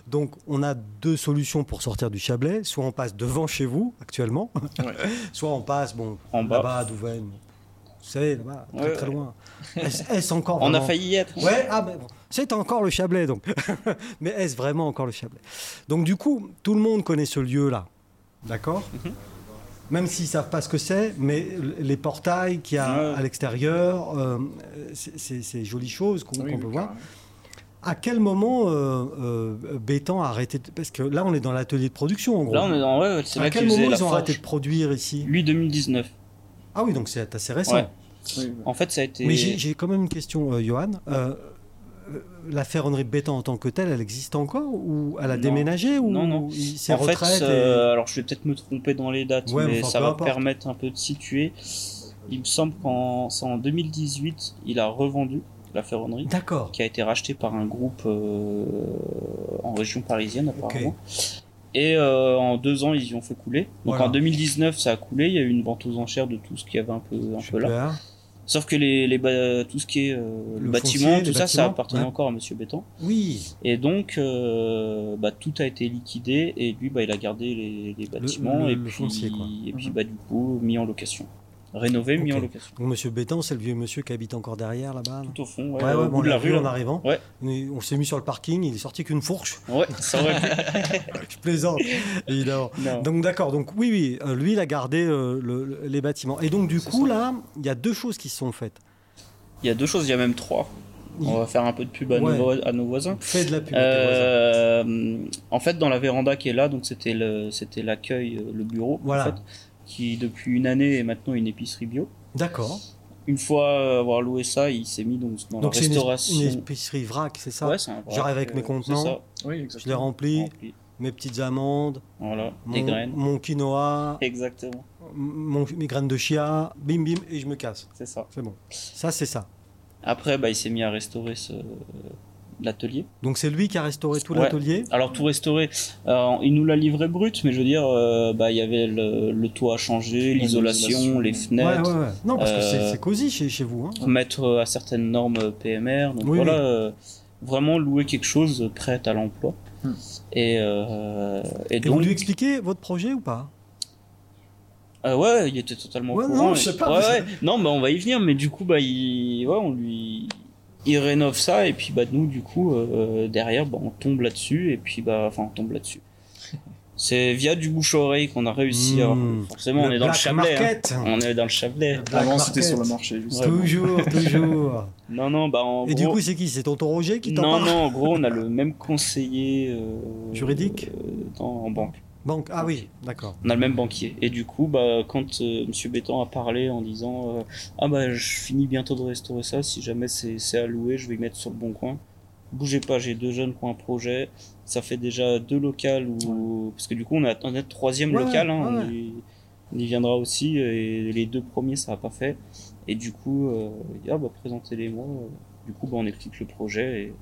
Speaker 1: Donc, on a deux solutions pour sortir du Chablais. Soit on passe devant chez vous, actuellement.
Speaker 2: Ouais.
Speaker 1: Soit on passe, bon,
Speaker 4: En bas.
Speaker 1: là-bas, à Douvaine. Vous savez, là-bas, très
Speaker 4: Ouais,
Speaker 1: très
Speaker 4: ouais.
Speaker 1: loin. Est-ce est-ce encore
Speaker 4: On a
Speaker 1: vraiment-
Speaker 4: failli y être.
Speaker 1: Ouais, ah, mais bon, c'est encore le Chablais, donc. mais est-ce vraiment encore le Chablais Donc, du coup, tout le monde connaît ce lieu-là. D'accord
Speaker 4: Mhm.
Speaker 1: Même s'ils ne savent pas ce que c'est, mais l- les portails qu'il y a
Speaker 4: Ouais.
Speaker 1: à l'extérieur, euh, c'est- c'est c'est jolies choses qu'on
Speaker 2: Oui,
Speaker 1: qu'on
Speaker 2: oui,
Speaker 1: peut voir.
Speaker 2: carrément.
Speaker 1: À quel moment euh, euh, Bétan a arrêté de- Parce que là, on est dans l'atelier de production, en gros.
Speaker 4: Là, on est dans. Ouais, ouais, c'est
Speaker 1: à
Speaker 4: là
Speaker 1: quel
Speaker 4: qu'ils faisaient
Speaker 1: moment
Speaker 4: la
Speaker 1: ils ont arrêté
Speaker 4: forge.
Speaker 1: de produire ici
Speaker 4: Lui, 2019.
Speaker 1: Ah oui, donc c'est assez récent.
Speaker 4: Ouais.
Speaker 2: Oui, oui.
Speaker 4: En fait, ça a été.
Speaker 1: Mais j'ai j'ai quand même une question, euh, Johan. Euh, euh, la ferronnerie Bétan en tant que telle, elle existe encore Ou elle a
Speaker 4: Non.
Speaker 1: déménagé ou
Speaker 4: Non, non.
Speaker 1: il- ses
Speaker 4: en fait,
Speaker 1: retraites et-
Speaker 4: euh, alors je vais peut-être me tromper dans les dates,
Speaker 1: Ouais,
Speaker 4: mais
Speaker 1: enfin,
Speaker 4: ça
Speaker 1: peu
Speaker 4: va
Speaker 1: importe.
Speaker 4: permettre un peu de situer. Il me semble qu'en c'est en 2018, il a revendu la ferronnerie,
Speaker 1: D'accord.
Speaker 4: qui a été rachetée par un groupe euh, en région parisienne apparemment.
Speaker 1: Ok.
Speaker 4: Et euh, en deux ans, ils y ont fait couler. Donc
Speaker 1: Voilà.
Speaker 4: en 2019, ça a coulé. Il y a eu une vente aux enchères de tout ce qu'il y avait un peu, un peu là.
Speaker 1: Super.
Speaker 4: Sauf que les, les ba- tout ce qui est euh, le,
Speaker 1: Le
Speaker 4: bâtiment,
Speaker 1: foncier,
Speaker 4: tout
Speaker 1: les
Speaker 4: ça, ça
Speaker 1: bâtiments,
Speaker 4: appartenait
Speaker 1: ouais.
Speaker 4: encore à Monsieur Béton.
Speaker 1: Oui,
Speaker 4: Et donc, euh, bah, tout a été liquidé et lui, bah, il a gardé les, les bâtiments
Speaker 1: le-
Speaker 4: et
Speaker 1: le
Speaker 4: puis,
Speaker 1: foncier, quoi.
Speaker 4: Et puis
Speaker 2: Mhm.
Speaker 4: bah, du coup, mis en location. Rénové, mis
Speaker 1: Ok.
Speaker 4: en location.
Speaker 1: donc monsieur Bétan, c'est le vieux monsieur qui habite encore derrière là-bas. là.
Speaker 4: Tout au fond, ouais,
Speaker 1: Ouais,
Speaker 4: au
Speaker 1: ouais,
Speaker 4: bout
Speaker 1: on
Speaker 4: de la
Speaker 1: l'a
Speaker 4: rue.
Speaker 1: vu en arrivant.
Speaker 4: Ouais.
Speaker 1: Mais On s'est mis sur le parking, il est sorti qu'une fourche.
Speaker 4: Ouais, ça aurait pu.
Speaker 1: Je plaisante, évidemment.
Speaker 4: Non.
Speaker 1: Donc d'accord, donc oui, oui, euh, lui il a gardé euh, le- le- les bâtiments. Et donc du
Speaker 4: C'est
Speaker 1: coup
Speaker 4: ça.
Speaker 1: là, il y a deux choses qui se sont faites.
Speaker 4: Il y a deux choses, il y a même trois. On va faire un peu de pub à,
Speaker 1: Ouais.
Speaker 4: nos, vo- à nos voisins.
Speaker 1: Fait de la pub. Thérèse.
Speaker 4: Euh, en fait, dans la véranda qui est là, donc c'était le, c'était l'accueil, euh, le bureau, en
Speaker 1: Voilà.
Speaker 4: fait, qui depuis une année est maintenant une épicerie bio.
Speaker 1: D'accord.
Speaker 4: Une fois euh, avoir loué ça, il s'est mis donc dans
Speaker 1: Donc
Speaker 4: la
Speaker 1: c'est une, es-
Speaker 4: restauration.
Speaker 1: une épicerie vrac, c'est ça
Speaker 4: Ouais, c'est un vrac,
Speaker 1: J'arrive avec
Speaker 4: euh,
Speaker 1: mes contenants.
Speaker 4: c'est ça,
Speaker 2: Oui,
Speaker 1: Je les
Speaker 2: exactement.
Speaker 1: remplis,
Speaker 4: rempli.
Speaker 1: mes petites amandes,
Speaker 4: Voilà, des
Speaker 1: mon,
Speaker 4: graines.
Speaker 1: mon quinoa,
Speaker 4: Exactement,
Speaker 1: mon- mes graines de chia, bim bim, et je me casse.
Speaker 4: c'est ça.
Speaker 1: C'est bon. Ça, c'est ça.
Speaker 4: Après, bah, il s'est mis à restaurer ce... euh, l'atelier.
Speaker 1: Donc c'est lui qui a restauré tout
Speaker 4: Ouais.
Speaker 1: l'atelier.
Speaker 4: Alors tout restaurer, euh, il nous l'a livré brut, mais je veux dire, euh, bah, il y avait le, le toit à changer,
Speaker 2: l'isolation.
Speaker 4: l'isolation, les
Speaker 1: Ouais,
Speaker 4: fenêtres,
Speaker 1: ouais, ouais. Non, parce que c'est-
Speaker 4: Euh,
Speaker 1: c'est cosy chez, chez vous. hein.
Speaker 4: mettre euh, à certaines normes PMR. Donc
Speaker 1: Oui,
Speaker 4: voilà,
Speaker 1: oui.
Speaker 4: euh, vraiment louer quelque chose prêt à l'emploi.
Speaker 2: Hmm.
Speaker 4: Et, euh, et,
Speaker 1: Et vous
Speaker 4: donc,
Speaker 1: lui expliquez votre projet ou pas
Speaker 4: Euh, ouais, il était totalement au
Speaker 1: Ouais,
Speaker 4: courant,
Speaker 1: non,
Speaker 4: mais-
Speaker 1: je sais pas,
Speaker 4: Ouais,
Speaker 1: parce
Speaker 4: ouais. Non, bah, on va y venir, mais du coup, bah, il... ouais, on lui. Il rénove ça, et puis bah, nous, du coup, euh, derrière, bah, on tombe là-dessus, et puis, bah, enfin, on tombe là-dessus. C'est via du bouche-oreille qu'on a réussi. à-
Speaker 1: Mmh.
Speaker 4: Forcément, on est dans le
Speaker 1: black
Speaker 4: Chablais. hein.
Speaker 1: market.
Speaker 4: On est dans le Chablais.
Speaker 1: black
Speaker 2: Avant, c'était
Speaker 1: market.
Speaker 2: sur le marché, justement.
Speaker 1: Toujours, toujours.
Speaker 4: Non, non, bah, en
Speaker 1: Et du
Speaker 4: gros-
Speaker 1: coup, c'est qui C'est tonton Roger qui t'en
Speaker 4: non,
Speaker 1: parle
Speaker 4: non, en gros, on a le même conseiller. euh,
Speaker 1: Juridique
Speaker 4: euh, dans- En banque.
Speaker 1: Banque. Ah oui, d'accord.
Speaker 4: on a le même banquier. Et du coup, bah, quand euh, Monsieur Bétan a parlé en disant euh, Ah bah je finis bientôt de restaurer ça, si jamais c'est c'est à louer, je vais y mettre sur le bon coin. Bougez pas, j'ai deux jeunes qui ont un projet. Ça fait déjà deux locales où... Parce que du coup, on a on est troisième
Speaker 1: Ouais,
Speaker 4: local. hein,
Speaker 1: ouais,
Speaker 4: on est- Il y viendra aussi, et les deux premiers, ça n'a pas fait. Et du coup, euh, il dit, ah bah, présentez-les-moi. Du coup, bah, on explique le projet et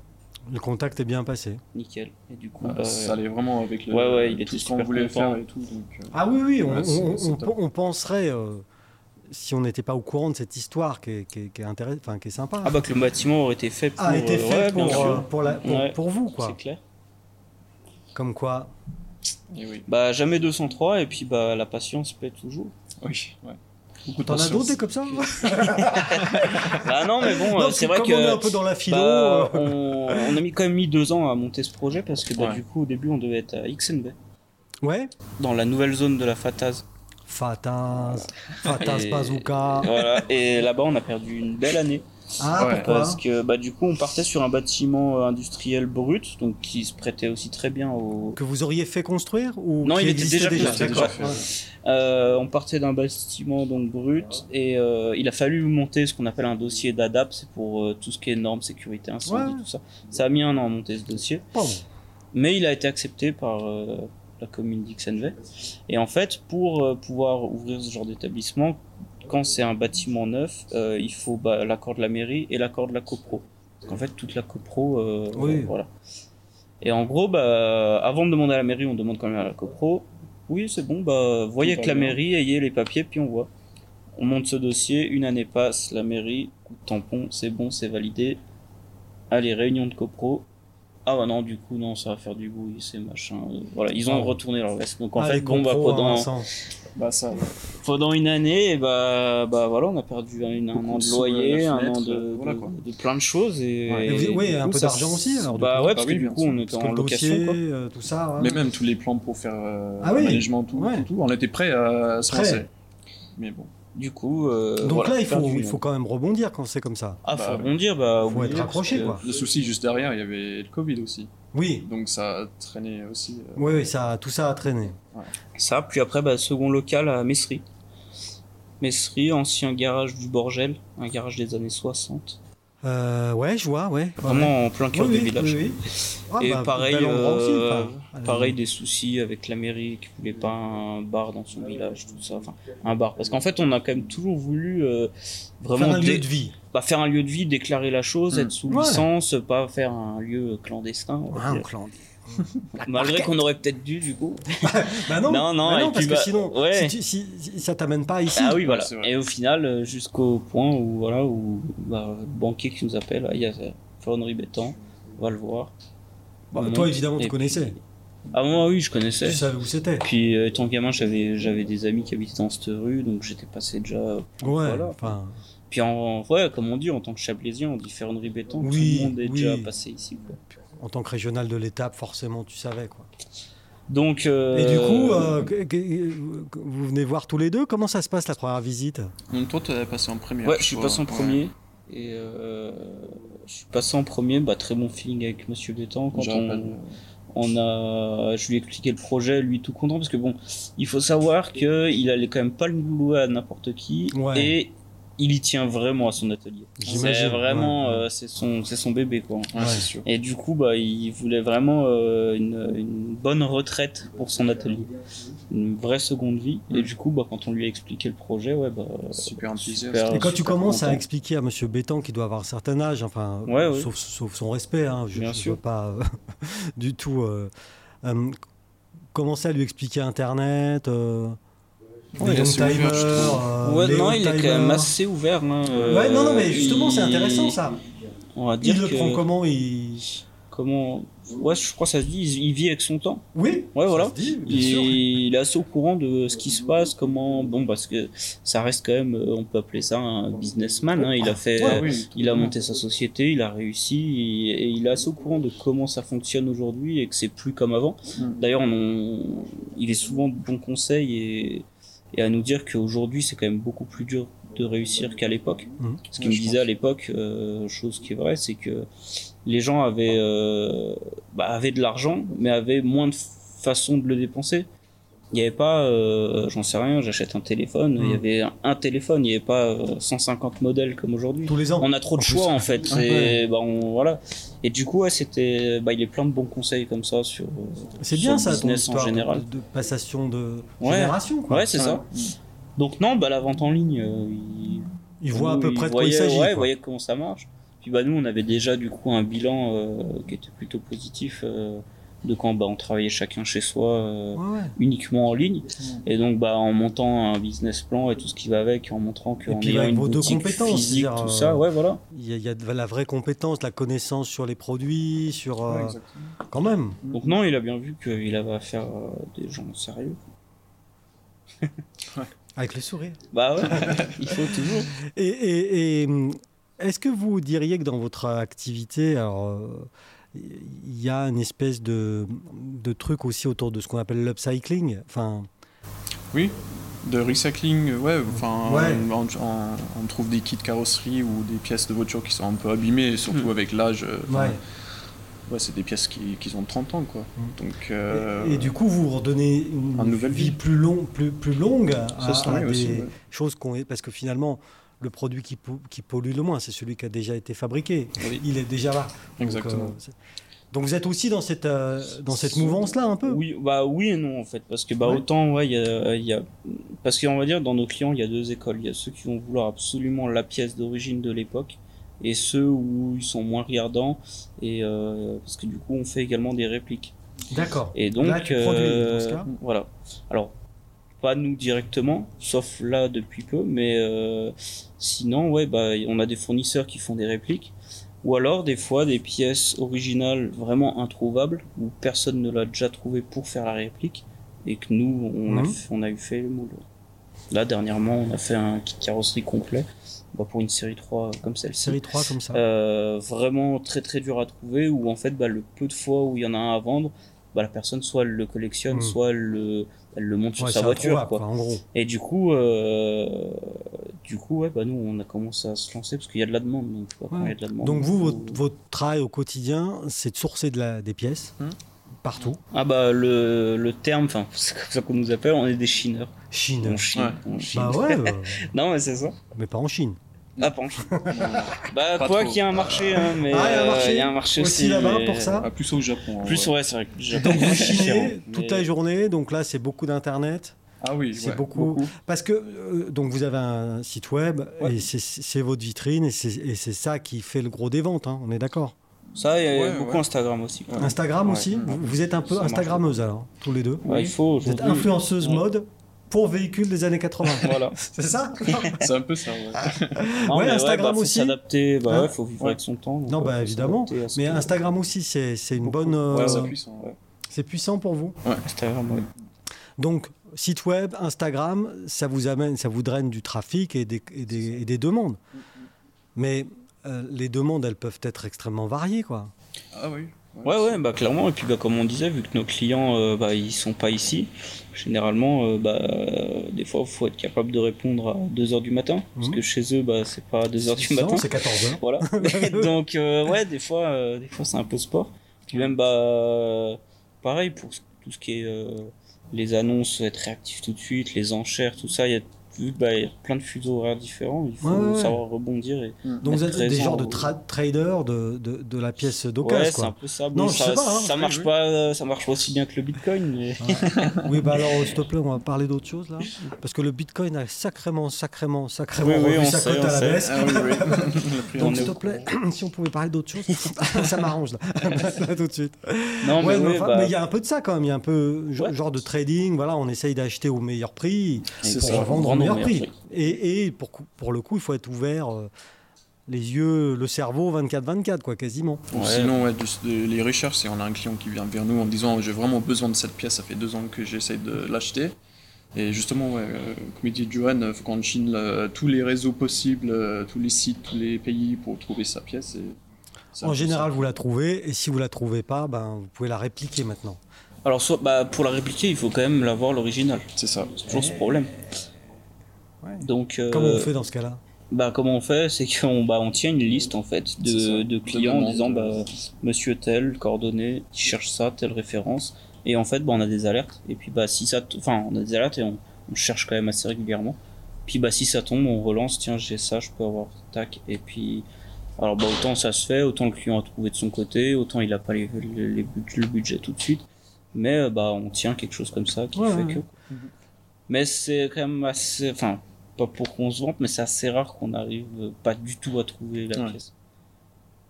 Speaker 1: Le contact est bien passé.
Speaker 4: nickel. Et du coup,
Speaker 2: Ah,
Speaker 4: bah,
Speaker 2: ça allait vraiment avec le,
Speaker 4: Ouais, ouais, il
Speaker 2: tout
Speaker 4: était
Speaker 2: ce qu'on
Speaker 4: super
Speaker 2: voulait
Speaker 4: content.
Speaker 2: faire et tout. Donc, euh,
Speaker 1: Ah oui, oui, on,
Speaker 2: Ouais, c'est-
Speaker 1: on-
Speaker 2: c'est
Speaker 1: on-
Speaker 2: top.
Speaker 1: on penserait, euh, si on n'était pas au courant de cette histoire qui est, qui est- qui est intéress- enfin, qui est sympa,
Speaker 4: ah bah que le bâtiment aurait été fait pour.
Speaker 1: a été
Speaker 4: euh,
Speaker 1: fait
Speaker 4: ouais, bien
Speaker 1: pour,
Speaker 4: sûr.
Speaker 1: euh, pour la- pour-
Speaker 4: Ouais.
Speaker 1: pour vous, quoi.
Speaker 4: C'est clair.
Speaker 1: Comme quoi,
Speaker 2: euh, et oui,
Speaker 4: Bah jamais 203 et puis bah la patience paie toujours.
Speaker 2: oui, ouais. Beaucoup de
Speaker 1: T'en as
Speaker 2: patience.
Speaker 1: d'autres des comme ça
Speaker 4: bah non mais bon,
Speaker 1: Non,
Speaker 4: euh,
Speaker 1: parce
Speaker 4: c'est
Speaker 1: que
Speaker 4: vrai
Speaker 1: comme
Speaker 4: que
Speaker 1: on est un peu dans la philo,
Speaker 4: bah,
Speaker 1: euh,
Speaker 4: on, on a mis quand même mis deux ans à monter ce projet parce que bah,
Speaker 2: Ouais.
Speaker 4: du coup au début on devait être à XNB
Speaker 1: ouais.
Speaker 4: dans la nouvelle zone de la Fataz.
Speaker 1: Fataz, Fataz
Speaker 4: Et-
Speaker 1: Bazooka.
Speaker 4: voilà et là-bas on a perdu une belle année
Speaker 1: Ah,
Speaker 2: Ouais.
Speaker 1: pourquoi
Speaker 4: parce que bah du coup on partait sur un bâtiment euh, industriel brut donc qui se prêtait aussi très bien au
Speaker 1: Que vous auriez fait construire ou
Speaker 4: Non,
Speaker 1: qui
Speaker 4: il était
Speaker 1: existait
Speaker 4: déjà
Speaker 2: Déjà,
Speaker 4: construit,
Speaker 2: déjà
Speaker 1: d'accord.
Speaker 2: fait,
Speaker 1: Ouais.
Speaker 2: ouais.
Speaker 4: Euh, on partait d'un bâtiment donc brut et euh, il a fallu monter ce qu'on appelle un dossier d'ADAP, c'est pour euh, tout ce qui est normes, sécurité, incendie,
Speaker 1: Ouais.
Speaker 4: tout ça. Ça a mis un an à monter ce dossier,
Speaker 1: Bon.
Speaker 4: mais il a été accepté par euh, la commune d'Ixenvey. Et en fait, pour euh, pouvoir ouvrir ce genre d'établissement, quand c'est un bâtiment neuf, euh, il faut bah, l'accord de la mairie et l'accord de la copro. Parce qu'en fait, toute la copro, euh,
Speaker 1: Oui.
Speaker 4: voilà. Et en gros, bah, avant de demander à la mairie, on demande quand même à la copro. Oui, c'est bon, bah, voyez
Speaker 2: Tout
Speaker 4: avec
Speaker 2: va
Speaker 4: la
Speaker 2: bien.
Speaker 4: mairie, ayez les papiers, puis on voit. On monte ce dossier, une année passe, la mairie, coup de tampon, c'est bon, c'est validé. Allez, réunion de copro. Ah bah non, du coup, non, ça va faire du bruit, c'est machin. euh, Voilà, ils ont
Speaker 1: Ah.
Speaker 4: retourné leur veste. Donc en
Speaker 1: Ah,
Speaker 4: fait,
Speaker 1: les
Speaker 4: bon, bah,
Speaker 1: compros, hein,
Speaker 4: pendant,
Speaker 1: Vincent.
Speaker 2: Bah, ça, ouais.
Speaker 4: pendant une année, et bah, bah voilà, on a perdu un, un
Speaker 2: Beaucoup
Speaker 4: an
Speaker 2: de
Speaker 4: de
Speaker 2: sous,
Speaker 4: loyer,
Speaker 2: euh, la
Speaker 4: un an
Speaker 2: fenêtre,
Speaker 4: de,
Speaker 2: euh, voilà,
Speaker 4: de-
Speaker 2: quoi.
Speaker 4: de plein de choses. Et,
Speaker 2: Ouais.
Speaker 1: Et vous-
Speaker 4: et
Speaker 1: oui,
Speaker 4: du
Speaker 1: un
Speaker 4: coup,
Speaker 1: peu
Speaker 4: ça-
Speaker 1: d'argent aussi, hein, alors, du
Speaker 4: Bah
Speaker 1: coup.
Speaker 4: ouais, parce
Speaker 2: Bah oui,
Speaker 4: que du
Speaker 2: bien
Speaker 4: coup,
Speaker 2: sûr.
Speaker 4: on était
Speaker 1: Parce que
Speaker 4: en
Speaker 1: le
Speaker 4: location.
Speaker 1: dossier,
Speaker 4: quoi.
Speaker 1: euh, tout ça. ouais.
Speaker 2: Mais même tous les plans pour faire euh,
Speaker 1: Ah oui.
Speaker 2: management, tout,
Speaker 1: Ouais.
Speaker 2: tout, tout, on était prêts à se
Speaker 1: Prêts.
Speaker 2: lancer. Mais bon,
Speaker 4: Du coup, euh,
Speaker 1: Donc
Speaker 4: voilà,
Speaker 1: là, il faut,
Speaker 4: perdu,
Speaker 1: il faut quand même rebondir quand c'est comme ça.
Speaker 4: Ah, faut
Speaker 2: Bah,
Speaker 4: rebondir, bah,
Speaker 1: Faut
Speaker 4: oui,
Speaker 1: être
Speaker 4: parce
Speaker 1: accroché,
Speaker 4: que-
Speaker 1: quoi.
Speaker 2: le souci juste derrière, il y avait le Covid aussi.
Speaker 1: Oui,
Speaker 2: Donc ça traînait aussi. euh,
Speaker 1: oui, oui, ça, tout ça a traîné.
Speaker 4: Ça, puis après, bah, second local à Messery. Messery, ancien garage du Borgel, un garage des années 60.
Speaker 1: Euh, ouais, je vois, ouais.
Speaker 4: Vraiment en plein
Speaker 1: Oui,
Speaker 4: cœur
Speaker 1: oui,
Speaker 4: du village.
Speaker 1: oui, oui. Ah,
Speaker 4: Et
Speaker 1: bah,
Speaker 4: pareil,
Speaker 1: bel endroit aussi,
Speaker 4: euh,
Speaker 1: enfin, à la
Speaker 4: Pareil,
Speaker 1: limite.
Speaker 4: des soucis avec la mairie qui voulait pas un bar dans son village, tout ça. Enfin, un bar. Parce qu'en fait, on a quand même toujours voulu euh, vraiment
Speaker 1: Faire un lieu
Speaker 4: dé-
Speaker 1: de vie.
Speaker 4: bah, faire un lieu de vie, déclarer la chose,
Speaker 2: Mm.
Speaker 4: être sous
Speaker 1: Ouais.
Speaker 4: licence, pas faire un lieu clandestin. on va
Speaker 1: Ouais, un
Speaker 4: dire.
Speaker 1: clan.
Speaker 4: Malgré qu'on aurait peut-être dû, du coup.
Speaker 1: Bah non,
Speaker 4: Non, non,
Speaker 1: bah
Speaker 4: et
Speaker 1: parce
Speaker 4: puis
Speaker 1: que
Speaker 4: bah,
Speaker 1: sinon,
Speaker 4: ouais.
Speaker 1: si tu- si- si- ça t'amène pas ici.
Speaker 4: Ah oui, voilà.
Speaker 2: c'est vrai.
Speaker 4: Et au final, euh, jusqu'au point où, voilà, où bah, le banquier qui nous appelle, ah, il y a euh, Florian Bétan, on va le voir.
Speaker 1: Bah,
Speaker 4: On
Speaker 1: toi,
Speaker 4: monte,
Speaker 1: évidemment, tu
Speaker 4: et
Speaker 1: connaissais.
Speaker 4: puis- Ah, moi, oui, je connaissais.
Speaker 1: Tu savais où c'était.
Speaker 4: Puis, euh, étant gamin, j'avais j'avais des amis qui habitaient dans cette rue, donc j'étais passé déjà.
Speaker 1: Ouais,
Speaker 4: Voilà.
Speaker 1: enfin.
Speaker 4: Puis, en, ouais, comme on dit, en tant que Chablaisien, on dit Fernerie Bétan,
Speaker 1: Oui,
Speaker 4: tout le monde est
Speaker 1: oui.
Speaker 4: déjà passé ici. quoi.
Speaker 1: En tant que régional de l'étape, forcément, tu savais quoi.
Speaker 4: Donc, euh,
Speaker 1: Et du coup, euh, que- que- que- vous venez voir tous les deux. Comment ça se passe la première visite
Speaker 2: Même toi, tu as passé en première.
Speaker 4: Ouais, je suis
Speaker 2: crois.
Speaker 4: passé en premier. Et euh, je suis passé en premier, bah, très bon feeling avec Monsieur Bétan. Quand
Speaker 2: Je
Speaker 4: on,
Speaker 2: rappelle, euh,
Speaker 4: on a, je lui ai expliqué le projet, lui tout content parce que bon, il faut savoir que il allait quand même pas le louer à n'importe qui
Speaker 1: Ouais.
Speaker 4: et il y tient vraiment à son atelier.
Speaker 1: J'imagine,
Speaker 4: C'est vraiment,
Speaker 1: ouais.
Speaker 4: euh, c'est son, c'est son bébé quoi.
Speaker 2: Ouais,
Speaker 1: Ouais.
Speaker 2: c'est sûr.
Speaker 4: Et du coup, bah, il voulait vraiment euh, une, une bonne retraite pour son atelier, une vraie seconde vie. Et du coup, bah, quand on lui a expliqué le projet, ouais, bah,
Speaker 2: Super enthousiaste.
Speaker 4: super-
Speaker 1: Et quand tu
Speaker 4: Ah, super
Speaker 1: commences à
Speaker 4: content.
Speaker 1: expliquer à Monsieur Bétan qui doit avoir un certain âge, enfin,
Speaker 4: Ouais, ouais.
Speaker 1: Sauf, sauf son respect, hein, je ne
Speaker 4: Bien
Speaker 1: veux
Speaker 4: sûr.
Speaker 1: pas euh, du tout euh, euh, commencer à lui expliquer Internet, euh,
Speaker 2: Ouais, il est
Speaker 1: Leon
Speaker 2: assez ouvert, je trouve.
Speaker 1: euh,
Speaker 4: Ouais,
Speaker 1: Léon
Speaker 4: non, il est
Speaker 1: Timer.
Speaker 4: quand même assez ouvert. hein, euh,
Speaker 1: Ouais, non, non, mais justement, c'est
Speaker 4: il-
Speaker 1: intéressant ça.
Speaker 4: On va dire
Speaker 1: Il le
Speaker 4: que-
Speaker 1: prend comment il...
Speaker 4: comment ouais je crois que ça se dit il- il vit avec son temps
Speaker 1: Oui,
Speaker 4: Ouais,
Speaker 1: ça
Speaker 4: voilà.
Speaker 1: se dit, bien
Speaker 4: il,
Speaker 1: sûr.
Speaker 4: il est assez au courant de ce qui se passe comment bon parce que ça reste quand même euh, on peut appeler ça un businessman hein. il a fait
Speaker 1: Ouais,
Speaker 2: oui,
Speaker 4: il a monté sa société il a réussi et, et il est assez au courant de comment ça fonctionne aujourd'hui et que c'est plus comme avant
Speaker 2: Mm.
Speaker 4: d'ailleurs on- on- il est souvent de bons conseils et et à nous dire qu'aujourd'hui c'est quand même beaucoup plus dur de réussir qu'à l'époque ce qu'il
Speaker 2: Ouais,
Speaker 4: me
Speaker 2: je
Speaker 4: disait
Speaker 2: pense.
Speaker 4: à l'époque, euh, chose qui est vraie, c'est que les gens avaient, euh, bah, avaient de l'argent, mais avaient moins de façons de le dépenser. Il n'y avait pas, euh, j'en sais rien, j'achète un téléphone, il
Speaker 1: Mm.
Speaker 4: y avait un, un téléphone, il n'y avait pas euh, 150 modèles comme aujourd'hui.
Speaker 1: Tous les ans.
Speaker 4: On a trop de
Speaker 1: En
Speaker 4: choix
Speaker 1: plus.
Speaker 4: en fait.
Speaker 1: Ah,
Speaker 4: Et, bah, on- voilà. et du coup, ouais, c'était, bah, il est plein de bons conseils comme ça sur, euh,
Speaker 1: C'est
Speaker 4: sur
Speaker 1: bien
Speaker 4: le
Speaker 1: ça, ton
Speaker 4: business en
Speaker 1: histoire de,
Speaker 4: général.
Speaker 1: de- de passation de
Speaker 4: Ouais.
Speaker 1: génération. Quoi.
Speaker 4: Ouais, c'est ça. Donc, non, bah, la vente en ligne, euh, il-
Speaker 1: Ils voient à
Speaker 4: nous,
Speaker 1: peu
Speaker 4: ils
Speaker 1: près de quoi
Speaker 4: voyaient-
Speaker 1: il s'agit.
Speaker 4: Ouais,
Speaker 1: quoi.
Speaker 4: voyaient comment ça marche. Puis bah nous, on avait déjà du coup un bilan euh, qui était plutôt positif euh, de quand bah, on travaillait chacun chez soi euh,
Speaker 1: Ouais, ouais.
Speaker 4: uniquement en ligne. Et donc bah en montant un business plan et tout ce qui va avec, en montrant
Speaker 1: Et
Speaker 4: qu'on
Speaker 1: puis,
Speaker 4: ayant
Speaker 1: avec
Speaker 4: une
Speaker 1: vos deux
Speaker 4: boutique
Speaker 1: compétences,
Speaker 4: physique,
Speaker 1: c'est-à-dire,
Speaker 4: tout
Speaker 1: euh,
Speaker 4: ça, ouais voilà.
Speaker 1: Il y, a, il y a de la vraie compétence, de la connaissance sur les produits, sur
Speaker 2: Ouais,
Speaker 1: euh,
Speaker 2: exactement.
Speaker 1: quand même.
Speaker 4: Donc non, il a bien vu qu'il avait affaire à euh, des gens sérieux.
Speaker 1: Avec le sourire.
Speaker 4: Bah ouais, il faut toujours.
Speaker 1: Et, et- et, hum, est-ce que vous diriez que dans votre activité, alors, euh, il y a une espèce de, de truc aussi autour de ce qu'on appelle l'upcycling enfin,
Speaker 2: De recycling, euh, ouais, enfin,
Speaker 1: Ouais.
Speaker 2: On, on- on trouve des kits carrosserie ou des pièces de voiture qui sont un peu abîmées, et surtout
Speaker 4: Mm.
Speaker 2: avec l'âge. euh, enfin,
Speaker 1: Hmm. Ouais.
Speaker 2: ouais, c'est des pièces qui, qui ont 30 ans, quoi.
Speaker 1: Mm.
Speaker 2: Donc,
Speaker 1: Et-
Speaker 2: euh,
Speaker 1: Et, du coup, vous redonnez une
Speaker 2: une nouvelle
Speaker 1: vie,
Speaker 2: vie.
Speaker 1: plus, long, plus, plus longue à,
Speaker 2: ça
Speaker 1: à
Speaker 2: serait
Speaker 1: des
Speaker 2: aussi. ouais.
Speaker 1: choses qu'on parce que finalement, le produit qui, pou- qui pollue le moins, c'est celui qui a déjà été fabriqué.
Speaker 2: Oui.
Speaker 1: Il est déjà là. Donc,
Speaker 2: Exactement.
Speaker 1: euh, c'est- Donc vous êtes aussi dans cette, euh, dans cette mouvance-là un peu
Speaker 4: Oui, bah oui et non en fait, parce que bah
Speaker 1: Ouais.
Speaker 4: autant ouais, il y a, il y a- parce qu'on va dire dans nos clients il y a deux écoles, il y a ceux qui vont vouloir absolument la pièce d'origine de l'époque et ceux où ils sont moins regardants et euh, parce que du coup on fait également des répliques.
Speaker 1: D'accord.
Speaker 4: Et donc euh,
Speaker 1: Là, tu produis, dans ce cas.
Speaker 4: voilà. Alors pas nous directement, sauf là depuis peu, mais euh, sinon ouais bah on a des fournisseurs qui font des répliques. Ou alors des fois des pièces originales vraiment introuvables où personne ne l'a déjà trouvé pour faire la réplique et que nous on, a,
Speaker 1: Mhm.
Speaker 4: f- on a eu fait le moule. Là dernièrement on a fait un kit carrosserie complet bah, pour une série 3 comme celle-ci.
Speaker 1: Série 3 comme ça.
Speaker 4: Euh, vraiment très très dur à trouver où en fait bah, le peu de fois où il y en a un à vendre bah, la personne soit elle le collectionne
Speaker 1: Mhm.
Speaker 4: soit elle le, elle le monte sur
Speaker 1: Ouais,
Speaker 4: sa
Speaker 1: c'est
Speaker 4: voiture
Speaker 1: introuvable,
Speaker 4: quoi.
Speaker 1: quoi, en gros.
Speaker 4: et du coup euh, du coup ouais, bah, nous on a commencé à se lancer parce qu'il y a de la demande donc, bah, quand il y a de la demande,
Speaker 1: Donc vous,
Speaker 4: faut-
Speaker 1: votre, votre travail au quotidien, c'est de sourcer de la, des pièces
Speaker 2: Hmm.
Speaker 1: partout.
Speaker 4: Ah bah le, le terme, enfin c'est comme ça qu'on nous appelle, on est des chineurs.
Speaker 1: Chine.
Speaker 4: On chine,
Speaker 2: Ouais.
Speaker 4: on chine.
Speaker 1: Bah ouais, euh,
Speaker 4: Non mais c'est ça.
Speaker 1: mais pas en Chine.
Speaker 4: Ah pas en Chine. bah
Speaker 2: Pas
Speaker 4: quoi
Speaker 2: trop.
Speaker 4: qu'il y a un marché, hein, mais
Speaker 1: Ah, il y a un
Speaker 4: euh,
Speaker 1: marché
Speaker 4: il y a un marché aussi,
Speaker 1: Aussi là-bas
Speaker 4: mais-
Speaker 1: pour ça.
Speaker 2: Ah, plus au Japon. hein,
Speaker 4: Plus
Speaker 2: ouais.
Speaker 4: ouais, c'est vrai. que j'ai-
Speaker 1: Donc vous
Speaker 4: c'est différent,
Speaker 1: chinez toute
Speaker 4: mais-
Speaker 1: la journée. Donc là, c'est beaucoup d'internet.
Speaker 2: Ah oui,
Speaker 1: C'est
Speaker 2: ouais,
Speaker 1: beaucoup- Parce que euh, donc vous avez un site web et c'est- c'est votre vitrine et c'est et c'est ça qui fait le gros des ventes. hein, on est d'accord.
Speaker 4: Ça, il y a
Speaker 2: Ouais,
Speaker 4: beaucoup
Speaker 2: ouais.
Speaker 4: Instagram aussi.
Speaker 2: Ouais.
Speaker 1: Instagram
Speaker 4: Ouais.
Speaker 1: aussi.
Speaker 4: Mm.
Speaker 1: Vous, vous êtes un peu
Speaker 4: Ça marche.
Speaker 1: Instagrammeuse alors, tous les deux.
Speaker 4: Bah, il faut
Speaker 1: Vous êtes
Speaker 4: aujourd'hui-
Speaker 1: influenceuse
Speaker 4: Ouais.
Speaker 1: mode pour véhicules des années 80.
Speaker 4: Voilà.
Speaker 1: c'est ça
Speaker 2: C'est un peu ça, ouais.
Speaker 1: Ah,
Speaker 4: Non, mais
Speaker 1: Instagram
Speaker 4: bah, faut
Speaker 1: aussi.
Speaker 4: s'adapter, bah
Speaker 1: Hein
Speaker 4: ouais, faut vivre avec son temps. donc,
Speaker 1: Non, bah,
Speaker 4: faut
Speaker 1: évidemment,
Speaker 4: s'adapter à ce
Speaker 1: Mais
Speaker 4: que-
Speaker 1: Instagram aussi, c'est c'est une
Speaker 4: Beaucoup.
Speaker 1: bonne. euh,
Speaker 2: Ouais, hein. c'est puissant. ouais.
Speaker 1: c'est puissant pour vous.
Speaker 4: Instagram, ouais.
Speaker 1: Donc, site web, Instagram, ça vous amène, ça vous draine du trafic et des, et des- et des demandes. Mais euh, les demandes, elles peuvent être extrêmement variées, quoi.
Speaker 2: Ah oui.
Speaker 4: Ouais, ouais, bah clairement. Et puis, bah, comme on disait, vu que nos clients, euh, bah, ils sont pas ici, généralement, euh, bah, euh, des fois, faut être capable de répondre à 2h du matin. Parce
Speaker 1: Mhm.
Speaker 4: que chez eux, bah, c'est pas 2h du
Speaker 1: Non,
Speaker 4: matin.
Speaker 1: c'est 14 heures.
Speaker 4: Voilà. Donc, euh, ouais, des fois, euh, des fois, c'est un peu sport. Puis même, bah, euh, pareil pour ce- tout ce qui est euh, les annonces, être réactif tout de suite, les enchères, tout ça. Il y a, vu que, bah, il y a plein de fuseaux horaires différents. Il faut
Speaker 1: Ouais, ouais, ouais.
Speaker 4: savoir rebondir. Et...
Speaker 1: Donc, vous êtes des
Speaker 4: présent
Speaker 1: genres de
Speaker 4: au-
Speaker 1: tra- traders de, de, de la pièce
Speaker 4: Ouais,
Speaker 1: d'occasion,
Speaker 4: c'est un peu ça.
Speaker 1: Non,
Speaker 4: Bon,
Speaker 1: je
Speaker 4: ça,
Speaker 1: sais pas, hein.
Speaker 4: ça marche
Speaker 2: Oui, oui.
Speaker 4: pas, euh, ça marche pas aussi bien que le Bitcoin, mais.
Speaker 1: quoi. Oui, bah alors, s'il te plaît, on va parler d'autre chose, là. Parce que le Bitcoin a sacrément, sacrément, sacrément
Speaker 4: Oui, oui,
Speaker 1: revu
Speaker 4: on
Speaker 1: sa
Speaker 4: sait,
Speaker 1: cote
Speaker 4: on
Speaker 1: à la
Speaker 4: sait.
Speaker 1: baisse.
Speaker 2: Ah oui, oui.
Speaker 4: on
Speaker 1: Donc,
Speaker 4: est
Speaker 1: s'il te
Speaker 4: au
Speaker 1: plaît, si on pouvait parler d'autre chose, ça m'arrange, là. là, tout de suite.
Speaker 4: Non,
Speaker 1: Ouais,
Speaker 4: mais
Speaker 1: mais
Speaker 4: ouais,
Speaker 1: enfin,
Speaker 4: bah,
Speaker 1: mais il y a un peu de ça quand même, il y a un peu ge-
Speaker 4: Ouais.
Speaker 1: genre de trading, voilà, on essaye d'acheter au meilleur prix
Speaker 2: C'est
Speaker 1: pour
Speaker 2: ça,
Speaker 1: vendre au meilleur prix. Et, et pour, cou- pour le coup, il faut être ouvert, euh, les yeux, le cerveau 24-24, quoi, quasiment.
Speaker 2: Ou
Speaker 4: Ouais.
Speaker 2: Sinon, ouais, de- de- les recherches, si on a un client qui vient vers nous en disant j'ai vraiment besoin de cette pièce, ça fait deux ans que j'essaie de l'acheter. Et justement, ouais, euh, comme dit Johan, il faut qu'on chine euh, tous les réseaux possibles, euh, tous les sites, tous les pays pour trouver sa pièce. et c'est un
Speaker 1: en
Speaker 2: peu
Speaker 1: général, vous la trouvez, et si vous la trouvez pas, ben, vous pouvez la répliquer maintenant.
Speaker 4: Alors, soit, bah, pour la répliquer, il faut quand même l'avoir l'original.
Speaker 2: ça. c'est ça.
Speaker 4: C'est toujours ce problème.
Speaker 1: Ouais.
Speaker 4: Donc, euh,
Speaker 1: Comment on fait dans ce cas-là
Speaker 4: bah, comment on fait C'est qu'on bah, on tient une liste en fait
Speaker 2: C'est ça.
Speaker 4: de, de clients en
Speaker 2: demandes,
Speaker 4: disant bah,
Speaker 2: euh,
Speaker 4: monsieur tel, coordonnées, il cherche ça, telle référence. Et en fait, bah, on a des alertes. Et puis, bah, si ça, t- enfin, on a des alertes et on, on cherche quand même assez régulièrement. Puis, bah, si ça tombe, on relance. Tiens, j'ai ça, je peux avoir tac. Et puis, alors, bah, autant ça se fait, autant le client a trouvé de son côté, autant il a pas les, les- les bud- le budget tout de suite. Mais, euh, bah, on tient quelque chose comme ça qui
Speaker 1: Ouais,
Speaker 4: fait
Speaker 1: ouais.
Speaker 4: que. Mais c'est quand même assez, enfin, pas pour qu'on se vante, mais c'est assez rare qu'on arrive euh, pas du tout à trouver la
Speaker 2: Ouais.
Speaker 4: pièce.